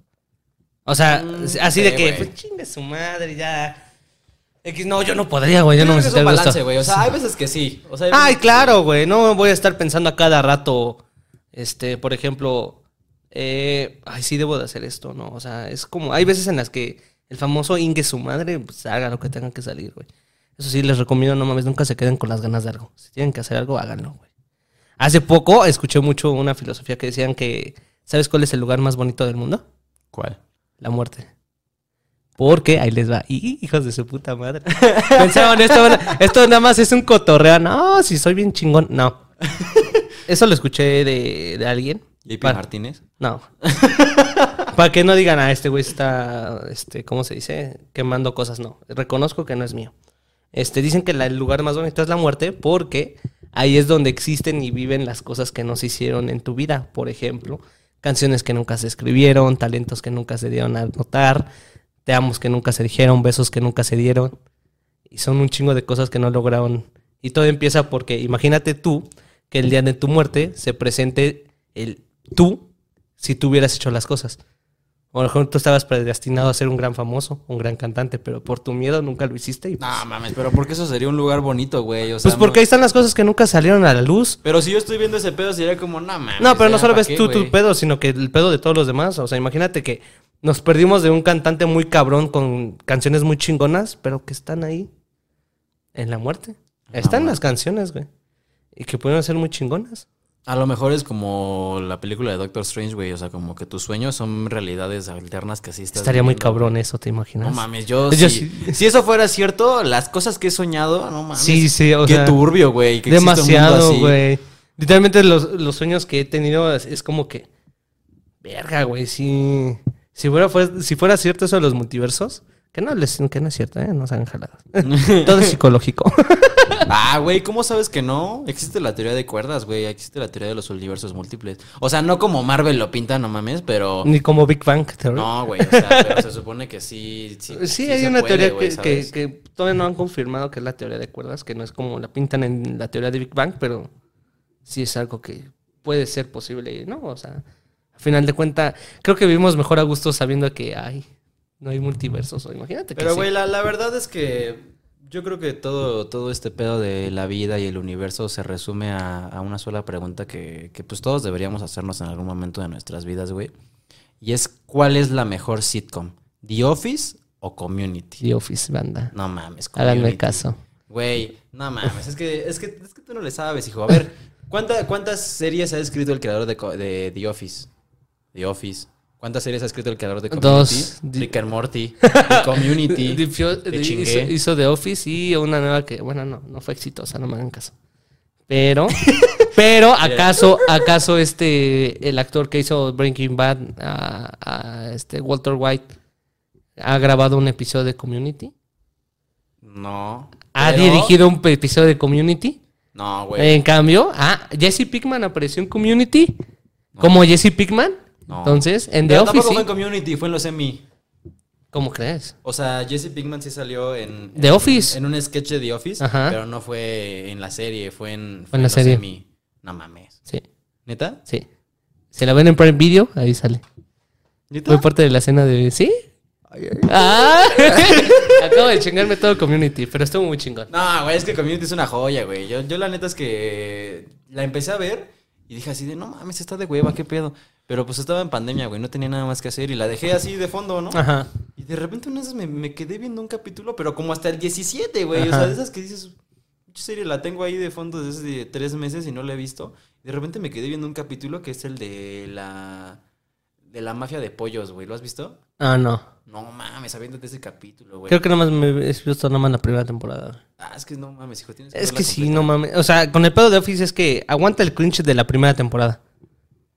[SPEAKER 2] O sea,
[SPEAKER 1] Mm,
[SPEAKER 2] así
[SPEAKER 1] sí,
[SPEAKER 2] de que,
[SPEAKER 1] güey.
[SPEAKER 2] pues chingue su madre, ya. X, no, yo no podría, güey. Yo no
[SPEAKER 1] Creo
[SPEAKER 2] me
[SPEAKER 1] que es
[SPEAKER 2] sentiría
[SPEAKER 1] un
[SPEAKER 2] a gusto.
[SPEAKER 1] balance, güey. O sea, hay veces que sí. O sea, hay
[SPEAKER 2] Ay,
[SPEAKER 1] veces que
[SPEAKER 2] claro, güey. No voy a estar pensando a cada rato. Este, por ejemplo, eh, ay, sí debo de hacer esto, ¿no? O sea, es como. Hay veces en las que el famoso Inge su madre, pues haga lo que tengan que salir, güey. Eso sí, les recomiendo, no mames, nunca se queden con las ganas de algo. Si tienen que hacer algo, háganlo, güey. Hace poco escuché mucho una filosofía que decían que. ¿Sabes cuál es el lugar más bonito del mundo?
[SPEAKER 1] ¿Cuál?
[SPEAKER 2] La muerte. Porque ahí les va. Y, hijos de su puta madre. *laughs* Pensaban, esto, esto nada más es un cotorreo. No, si soy bien chingón. No. Eso lo escuché de, de alguien.
[SPEAKER 1] ¿JP
[SPEAKER 2] Para-
[SPEAKER 1] Martínez?
[SPEAKER 2] No. Para que no digan, ah, este güey está, este, ¿cómo se dice? Quemando cosas. No. Reconozco que no es mío. Este, dicen que la- el lugar más bonito es la muerte porque ahí es donde existen y viven las cosas que no se hicieron en tu vida. Por ejemplo, canciones que nunca se escribieron, talentos que nunca se dieron a notar, te amos que nunca se dijeron, besos que nunca se dieron. Y son un chingo de cosas que no lograron. Y todo empieza porque imagínate tú que el día de tu muerte se presente el tú si tú hubieras hecho las cosas. O a lo mejor tú estabas predestinado a ser un gran famoso, un gran cantante, pero por tu miedo nunca lo hiciste. Y pues,
[SPEAKER 1] No mames, pero ¿por qué eso sería un lugar bonito, güey? O sea,
[SPEAKER 2] pues porque ahí están las cosas que nunca salieron a la luz.
[SPEAKER 1] Pero si yo estoy viendo ese pedo, sería como, no mames.
[SPEAKER 2] No, pero no
[SPEAKER 1] Ah, pues ya,
[SPEAKER 2] solo
[SPEAKER 1] ¿pa'
[SPEAKER 2] ves
[SPEAKER 1] qué,
[SPEAKER 2] tú
[SPEAKER 1] güey?
[SPEAKER 2] tu pedo, sino que el pedo de todos los demás. O sea, imagínate que nos perdimos de un cantante muy cabrón con canciones muy chingonas, pero que están ahí en la muerte. Están las canciones, güey. Y que pudieron ser muy chingonas.
[SPEAKER 1] A lo mejor es como la película de Doctor Strange, güey. O sea, como que tus sueños son realidades alternas que así estás
[SPEAKER 2] Estaría muy
[SPEAKER 1] viviendo.
[SPEAKER 2] cabrón eso, ¿te imaginas?
[SPEAKER 1] No mames, yo,
[SPEAKER 2] Yo
[SPEAKER 1] si,
[SPEAKER 2] sí.
[SPEAKER 1] si eso fuera cierto, las cosas que he soñado, no mames.
[SPEAKER 2] Sí, sí, o
[SPEAKER 1] qué
[SPEAKER 2] sea,
[SPEAKER 1] turbio, güey. que exista un mundo
[SPEAKER 2] Demasiado,
[SPEAKER 1] así.
[SPEAKER 2] güey. Literalmente los, los sueños que he tenido es, es como que. Verga, güey. Si, si, fuera, fue- si fuera cierto eso de los multiversos, que no, les, que no es cierto, ¿eh? No se han jalado. Todo es psicológico.
[SPEAKER 1] Ah, güey, ¿cómo sabes que no? Existe la teoría de cuerdas, güey. Existe la teoría de los universos múltiples. O sea, no como Marvel lo pinta, no mames, pero.
[SPEAKER 2] Ni como Big Bang Theory.
[SPEAKER 1] No, güey. O sea, pero se supone que sí. Sí,
[SPEAKER 2] sí,
[SPEAKER 1] sí
[SPEAKER 2] hay
[SPEAKER 1] se
[SPEAKER 2] una
[SPEAKER 1] puede,
[SPEAKER 2] teoría
[SPEAKER 1] güey,
[SPEAKER 2] que, que,
[SPEAKER 1] ¿sabes?
[SPEAKER 2] que todavía no han confirmado que es la teoría de cuerdas, que no es como la pintan en la teoría de Big Bang, pero sí es algo que puede ser posible, ¿no? O sea, al final de cuentas, creo que vivimos mejor a gusto sabiendo que hay, no hay multiversos. o Imagínate que
[SPEAKER 1] Pero,
[SPEAKER 2] sí.
[SPEAKER 1] güey, la, la verdad es que. Yo creo que todo, todo este pedo de la vida y el universo se resume a, a una sola pregunta que, que, pues todos deberíamos hacernos en algún momento de nuestras vidas, güey. Y es ¿cuál es la mejor sitcom? ¿The Office o Community?
[SPEAKER 2] The Office, banda.
[SPEAKER 1] No mames,
[SPEAKER 2] Háganme
[SPEAKER 1] Community.
[SPEAKER 2] caso.
[SPEAKER 1] Güey, no mames, es que, es que, es que tú no le sabes, hijo. A ver, ¿cuánta- ¿cuántas series ha escrito el creador de, co- de The Office? The Office. ¿Cuántas series ha escrito el creador de Community?
[SPEAKER 2] Dos.
[SPEAKER 1] Rick and Morty. The
[SPEAKER 2] *laughs*
[SPEAKER 1] Community.
[SPEAKER 2] The Fio-
[SPEAKER 1] Te
[SPEAKER 2] de- hizo,
[SPEAKER 1] chingué.
[SPEAKER 2] hizo The Office y una nueva que, bueno, no, no fue exitosa, no me hagan caso.
[SPEAKER 1] *laughs*
[SPEAKER 2] Pero, pero, ¿acaso, acaso este, el actor que hizo Breaking Bad, a, a este Walter White, ha grabado un episodio de Community?
[SPEAKER 1] No.
[SPEAKER 2] ¿Ha
[SPEAKER 1] Pero-
[SPEAKER 2] dirigido un pe- episodio de Community?
[SPEAKER 1] No, güey.
[SPEAKER 2] En cambio, ah, Jesse Pickman apareció en Community, como Jesse Pickman.
[SPEAKER 1] No.
[SPEAKER 2] Entonces, en The
[SPEAKER 1] Pero
[SPEAKER 2] Office,
[SPEAKER 1] tampoco fue
[SPEAKER 2] sí.
[SPEAKER 1] en Community, fue en los Emmy.
[SPEAKER 2] ¿cómo crees?
[SPEAKER 1] O sea, Jesse Pinkman sí salió en...
[SPEAKER 2] The
[SPEAKER 1] en-
[SPEAKER 2] Office.
[SPEAKER 1] En un sketch de The Office,
[SPEAKER 2] Ajá.
[SPEAKER 1] pero no fue en la serie, fue en,
[SPEAKER 2] la
[SPEAKER 1] los
[SPEAKER 2] serie.
[SPEAKER 1] Emmy. No mames.
[SPEAKER 2] Sí,
[SPEAKER 1] ¿Neta?
[SPEAKER 2] sí. Se la ven en Prime Video, ahí sale.
[SPEAKER 1] ¿Neta?
[SPEAKER 2] Fue parte de la escena de. ¿Sí? Ah, *laughs* acabo de chingarme todo community, pero estuvo muy chingón.
[SPEAKER 1] No, güey, es que Community es una joya, güey. Yo, yo la neta es que la empecé a ver y dije así de, no mames, está de hueva, qué pedo. Pero pues estaba en pandemia, güey, no tenía nada más que hacer y la dejé así de fondo, ¿no?
[SPEAKER 2] Ajá.
[SPEAKER 1] Y de repente una de esas me, me quedé viendo un capítulo, pero como hasta el 17, güey. O sea,
[SPEAKER 2] Ajá.
[SPEAKER 1] de esas que dices, "Pinche serie la tengo ahí de fondo desde hace tres meses y no la he visto. De repente me quedé viendo un capítulo que es el de la... De la mafia de pollos, güey. ¿Lo has visto?
[SPEAKER 2] Ah, no.
[SPEAKER 1] No mames, aviéntate ese capítulo, güey.
[SPEAKER 2] Creo que nomás me he visto nomás la primera temporada.
[SPEAKER 1] Ah, es que no mames, hijo. Tienes
[SPEAKER 2] Es
[SPEAKER 1] verla
[SPEAKER 2] que sí,
[SPEAKER 1] completa.
[SPEAKER 2] no mames. O sea, con el pedo de Office es que aguanta el cringe de la primera temporada.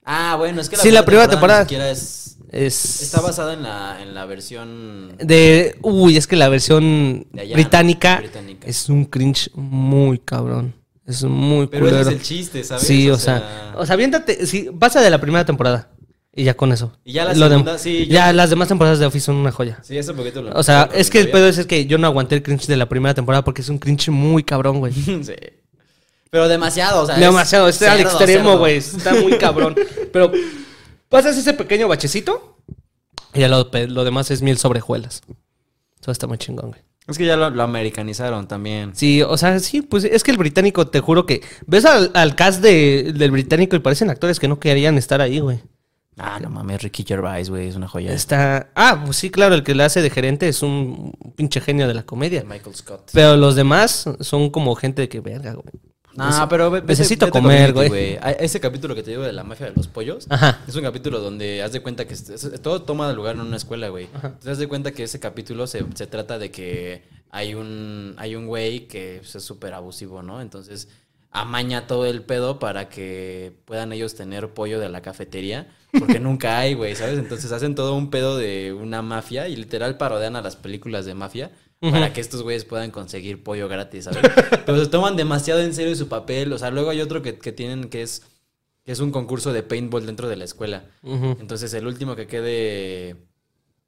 [SPEAKER 1] Ah, bueno, es que
[SPEAKER 2] Sí, la primera
[SPEAKER 1] ni siquiera es.
[SPEAKER 2] Es.
[SPEAKER 1] Está basada en la, en la versión.
[SPEAKER 2] De. Uy, es que la versión
[SPEAKER 1] De allá,
[SPEAKER 2] británica,
[SPEAKER 1] ¿no? Británica.
[SPEAKER 2] es un cringe muy cabrón. Es muy
[SPEAKER 1] Pero ese es
[SPEAKER 2] culero.
[SPEAKER 1] el chiste, ¿sabes?
[SPEAKER 2] Sí, o sea. O sea, aviéntate. Sí, pasa de la primera temporada. Y ya con eso.
[SPEAKER 1] Y ya la
[SPEAKER 2] Lo dem-
[SPEAKER 1] segunda, sí, yo-
[SPEAKER 2] Ya las demás temporadas de Office son una joya.
[SPEAKER 1] Sí, ese poquito lo.
[SPEAKER 2] O sea,
[SPEAKER 1] lo
[SPEAKER 2] es que el
[SPEAKER 1] todavía.
[SPEAKER 2] pedo es, es que yo no aguanté el cringe de la primera temporada porque es un cringe muy cabrón,
[SPEAKER 1] *laughs*
[SPEAKER 2] güey.
[SPEAKER 1] sí. Pero demasiado, o sea. es
[SPEAKER 2] Demasiado, este al
[SPEAKER 1] cerdo,
[SPEAKER 2] extremo,
[SPEAKER 1] cerdo.
[SPEAKER 2] güey. Está muy
[SPEAKER 1] *laughs*
[SPEAKER 2] cabrón. Pero pasas ese pequeño bachecito y ya lo, pe- lo demás es miel sobre hojuelas. Eso está muy chingón, güey.
[SPEAKER 1] Es que ya lo, lo americanizaron también.
[SPEAKER 2] Sí, o sea, sí, pues es que el británico, te juro que. Ves al, al cast de- del británico y parecen actores que no querían estar ahí, güey.
[SPEAKER 1] Ah, no mames, Ricky Gervais, güey, es una joya.
[SPEAKER 2] Está. Ah, pues sí, claro, el que le hace de gerente es un pinche genio de la comedia.
[SPEAKER 1] Michael Scott.
[SPEAKER 2] Pero los demás son como gente de que verga, güey.
[SPEAKER 1] No, pero ve- vete-
[SPEAKER 2] necesito
[SPEAKER 1] vete
[SPEAKER 2] comer,
[SPEAKER 1] Community,
[SPEAKER 2] güey.
[SPEAKER 1] A- Ese capítulo que te digo de la mafia de los pollos.
[SPEAKER 2] Ajá.
[SPEAKER 1] *laughs* Es un capítulo donde haz de cuenta que es- es- todo toma lugar en una escuela, güey. Entonces haz de cuenta que ese capítulo se, se trata de que hay un hay un güey que pues, es súper abusivo, ¿no? Entonces amaña todo el pedo para que puedan ellos tener pollo de la cafetería. Porque nunca hay, güey, ¿sabes? Entonces hacen todo un pedo de una mafia y literal parodean a las películas de mafia para que estos güeyes puedan conseguir pollo gratis, ¿sabes? Pero se toman demasiado en serio su papel. O sea, luego hay otro que, que tienen que es que es un concurso de paintball dentro de la escuela. Entonces el último que quede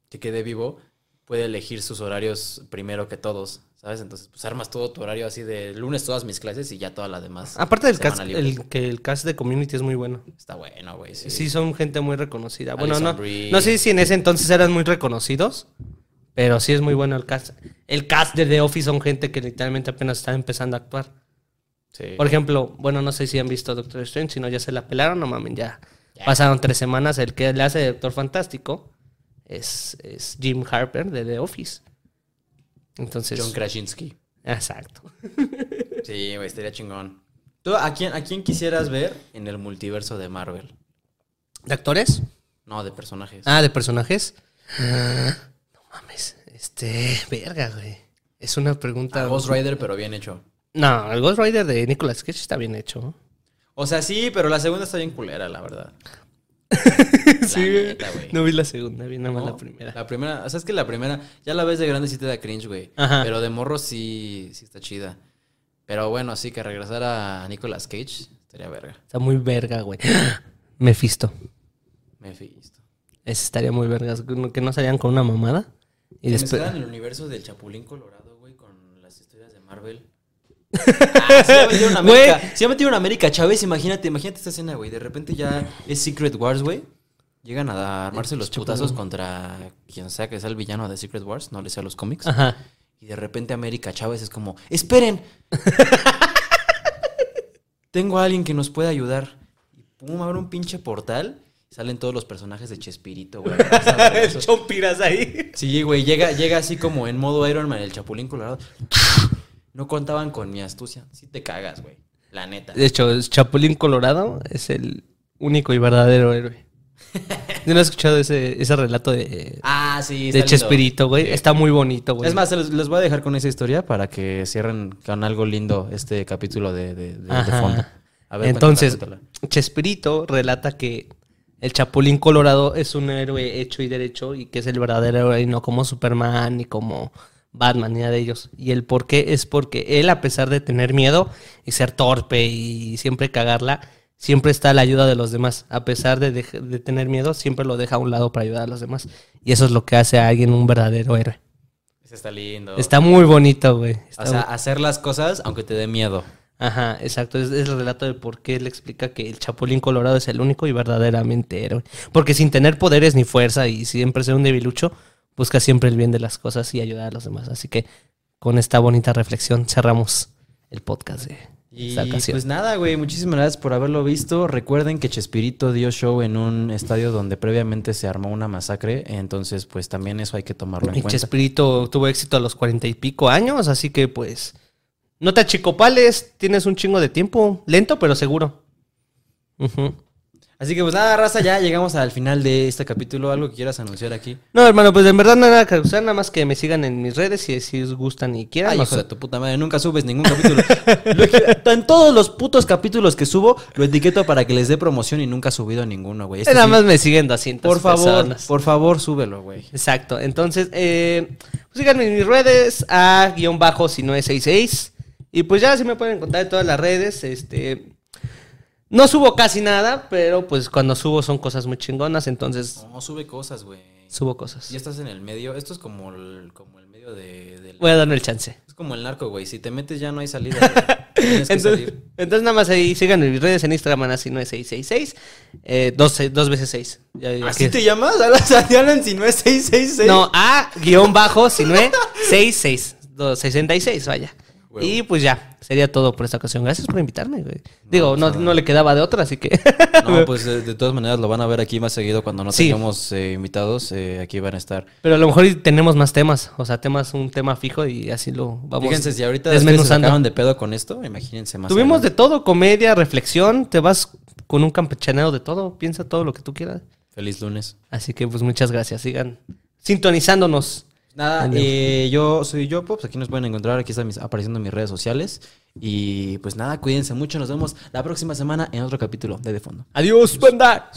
[SPEAKER 1] que quede vivo puede elegir sus horarios primero que todos, ¿sabes? Entonces, pues armas todo tu horario así de lunes todas mis clases y ya todas las demás.
[SPEAKER 2] Aparte del
[SPEAKER 1] semana
[SPEAKER 2] cast,
[SPEAKER 1] libre.
[SPEAKER 2] el, que el cast de community es muy bueno.
[SPEAKER 1] Está bueno, güey. Sí.
[SPEAKER 2] Sí, son gente muy reconocida. Bueno,
[SPEAKER 1] Alison
[SPEAKER 2] no,
[SPEAKER 1] Brie.
[SPEAKER 2] no sé si en ese entonces eran muy reconocidos, pero sí es muy bueno el cast. El cast de The Office son gente que literalmente apenas está empezando a actuar.
[SPEAKER 1] Sí.
[SPEAKER 2] Eh, Por ejemplo, bueno, no sé si han visto Doctor Strange, si no ya se la pelaron, no mamen, ya. Pasaron tres semanas. El que le hace de Doctor Fantástico es, es Jim Harper de The Office. Entonces,
[SPEAKER 1] John Krasinski.
[SPEAKER 2] exacto.
[SPEAKER 1] Sí, güey, estaría chingón. ¿Tú a quién, a quién quisieras ver en el multiverso de Marvel?
[SPEAKER 2] ¿De actores?
[SPEAKER 1] No, de personajes.
[SPEAKER 2] Ah, de personajes. Ah, no mames. Este, verga, güey. Es una pregunta.
[SPEAKER 1] A Ghost Rider, pero bien hecho.
[SPEAKER 2] No, el Ghost Rider de Nicolas Cage está
[SPEAKER 1] *laughs*
[SPEAKER 2] bien hecho.
[SPEAKER 1] O sea, sí, pero la segunda está bien culera, la verdad.
[SPEAKER 2] *laughs* sí, güey.
[SPEAKER 1] neta, güey.
[SPEAKER 2] No vi la segunda, vi nada más
[SPEAKER 1] ¿no?
[SPEAKER 2] la primera.
[SPEAKER 1] La primera, o sea, es que la primera, ya la ves de grande sí te da cringe, güey.
[SPEAKER 2] Ajá.
[SPEAKER 1] Pero de morro sí, sí está chida. Pero bueno, sí, que regresar a Nicolas Cage estaría verga.
[SPEAKER 2] Está muy verga, güey. Mephisto.
[SPEAKER 1] Me fisto.
[SPEAKER 2] Ese estaría muy vergas. Que no- que no salían con una mamada. Y
[SPEAKER 1] Se
[SPEAKER 2] después.
[SPEAKER 1] mezclan el universo del Chapulín Colorado, güey, con las historias de Marvel. *laughs* Ah, si ya metieron a
[SPEAKER 2] Güey.
[SPEAKER 1] América, si ya metieron a América Chávez, imagínate, imagínate esta escena, güey. De repente ya es Secret Wars, güey. Llegan a armarse los putazos contra quien sea que sea el villano de Secret Wars, no le sea los cómics.
[SPEAKER 2] Ajá.
[SPEAKER 1] *laughs* Y de repente América Chávez es como,
[SPEAKER 2] *laughs*
[SPEAKER 1] esperen. Tengo a alguien que nos puede ayudar. Y pum, abre un pinche portal. y Salen todos los personajes de Chespirito,
[SPEAKER 2] *laughs*
[SPEAKER 1] güey.
[SPEAKER 2] Chompiras ahí.
[SPEAKER 1] Sí, güey, llega, llega así como en modo Iron Man, el Chapulín Colorado. No contaban con mi astucia. Sí te cagas, güey. La neta.
[SPEAKER 2] De hecho, es Chapulín Colorado es el único y
[SPEAKER 1] *laughs*
[SPEAKER 2] verdadero héroe. Yo no he escuchado ese, ese relato de,
[SPEAKER 1] Ah, sí. está
[SPEAKER 2] de
[SPEAKER 1] lindo.
[SPEAKER 2] Chespirito, güey. Está muy bonito, güey.
[SPEAKER 1] Es más, se los, los voy a dejar con esa historia para que cierren con algo lindo este capítulo de, de- de- de
[SPEAKER 2] Ajá.
[SPEAKER 1] fondo. A ver,
[SPEAKER 2] Entonces,
[SPEAKER 1] cuéntala, cuéntala.
[SPEAKER 2] Chespirito relata que el Chapulín Colorado es un héroe hecho y derecho y que es el verdadero héroe y no como Superman ni como Batman ni nada de ellos. Y el por qué es porque él, a pesar de tener miedo y ser torpe y siempre cagarla, siempre está a la ayuda de los demás. A pesar de, dej- de tener miedo, siempre lo deja a un lado para ayudar a los demás. Y eso es lo que hace a alguien un verdadero héroe.
[SPEAKER 1] Ese está lindo.
[SPEAKER 2] Está muy bonito, güey. Está
[SPEAKER 1] O sea,
[SPEAKER 2] bu-
[SPEAKER 1] hacer las cosas aunque te dé miedo.
[SPEAKER 2] Ajá, exacto. Es, es el relato de por qué él explica que el Chapulín Colorado es el único y verdaderamente héroe. Porque sin tener poderes ni fuerza y siempre ser un debilucho, busca siempre el bien de las cosas y ayudar a los demás. Así que con esta bonita reflexión cerramos el podcast de
[SPEAKER 1] Y
[SPEAKER 2] esta ocasión.
[SPEAKER 1] pues nada, güey, muchísimas gracias por haberlo visto. Recuerden que Chespirito dio show en un estadio donde previamente se armó una masacre, entonces pues también eso hay que tomarlo *laughs* en
[SPEAKER 2] Y
[SPEAKER 1] cuenta.
[SPEAKER 2] Chespirito tuvo éxito a los cuarenta y pico años, así que pues no te achicopales, tienes un chingo de tiempo, lento pero seguro. Ujú.
[SPEAKER 1] Así que pues nada, raza, ya llegamos al final de este capítulo. ¿Algo que quieras anunciar aquí?
[SPEAKER 2] No, hermano, pues en verdad nada que usar, nada más que me sigan en mis redes si, si os gustan y quieran.
[SPEAKER 1] Ay,
[SPEAKER 2] bajo-
[SPEAKER 1] hijo de tu puta madre, nunca subes ningún capítulo. *laughs* Lo que- en todos los putos capítulos que subo, lo etiqueto para que les dé promoción y nunca he subido ninguno, güey. Este
[SPEAKER 2] Nada
[SPEAKER 1] sí,
[SPEAKER 2] más me siguen 200
[SPEAKER 1] por favor,
[SPEAKER 2] personas.
[SPEAKER 1] por favor, súbelo, güey.
[SPEAKER 2] Exacto. Entonces, eh, pues síganme en mis redes a guión bajo si no es 66. Y pues ya se me pueden encontrar en todas las redes. Este, no subo casi nada, pero pues cuando subo son cosas muy chingonas. Entonces
[SPEAKER 1] No, sube cosas, güey.
[SPEAKER 2] subo cosas.
[SPEAKER 1] Ya estás en el medio. Esto es como el, como el medio de, del-
[SPEAKER 2] Voy a darme el chance.
[SPEAKER 1] Es como el narco, güey. Si te metes ya no hay *laughs* salida. güey. Tienes que
[SPEAKER 2] Entonces,
[SPEAKER 1] salir.
[SPEAKER 2] entonces nada más ahí síganme en mis redes en Instagram así no es 666. Eh, dos, dos veces 6.
[SPEAKER 1] ¿Así te llamas? *laughs* A las Adrianan si no es 666.
[SPEAKER 2] No, A guión bajo, E, si no es 66, do- 66, vaya.
[SPEAKER 1] Huevo.
[SPEAKER 2] Y pues ya, sería todo por esta ocasión. Gracias por invitarme, güey. Digo,
[SPEAKER 1] pues
[SPEAKER 2] no,
[SPEAKER 1] nada.
[SPEAKER 2] no le quedaba de otra, así que. *laughs*
[SPEAKER 1] No, pues de, de todas maneras lo van a ver aquí más seguido cuando no
[SPEAKER 2] Sí.
[SPEAKER 1] tengamos eh, invitados. eh, aquí van a estar.
[SPEAKER 2] Pero a lo mejor y tenemos más temas, o sea, temas, un tema fijo y así lo vamos.
[SPEAKER 1] Fíjense, si ahorita ustedes se
[SPEAKER 2] desmenuzando.
[SPEAKER 1] sacaron de pedo con esto, imagínense más.
[SPEAKER 2] Tuvimos de
[SPEAKER 1] adelante.
[SPEAKER 2] todo, comedia, reflexión, te vas con un campechaneo de todo, piensa todo lo que tú quieras.
[SPEAKER 1] Feliz lunes.
[SPEAKER 2] Así que pues muchas gracias, sigan sintonizándonos.
[SPEAKER 1] Nada,
[SPEAKER 2] Adiós.
[SPEAKER 1] eh, yo soy yo, Pops. Aquí nos pueden encontrar. Aquí están mis- apareciendo mis redes sociales. Y pues nada, cuídense mucho. Nos vemos la próxima semana en otro capítulo de De Fondo.
[SPEAKER 2] Adiós, banda.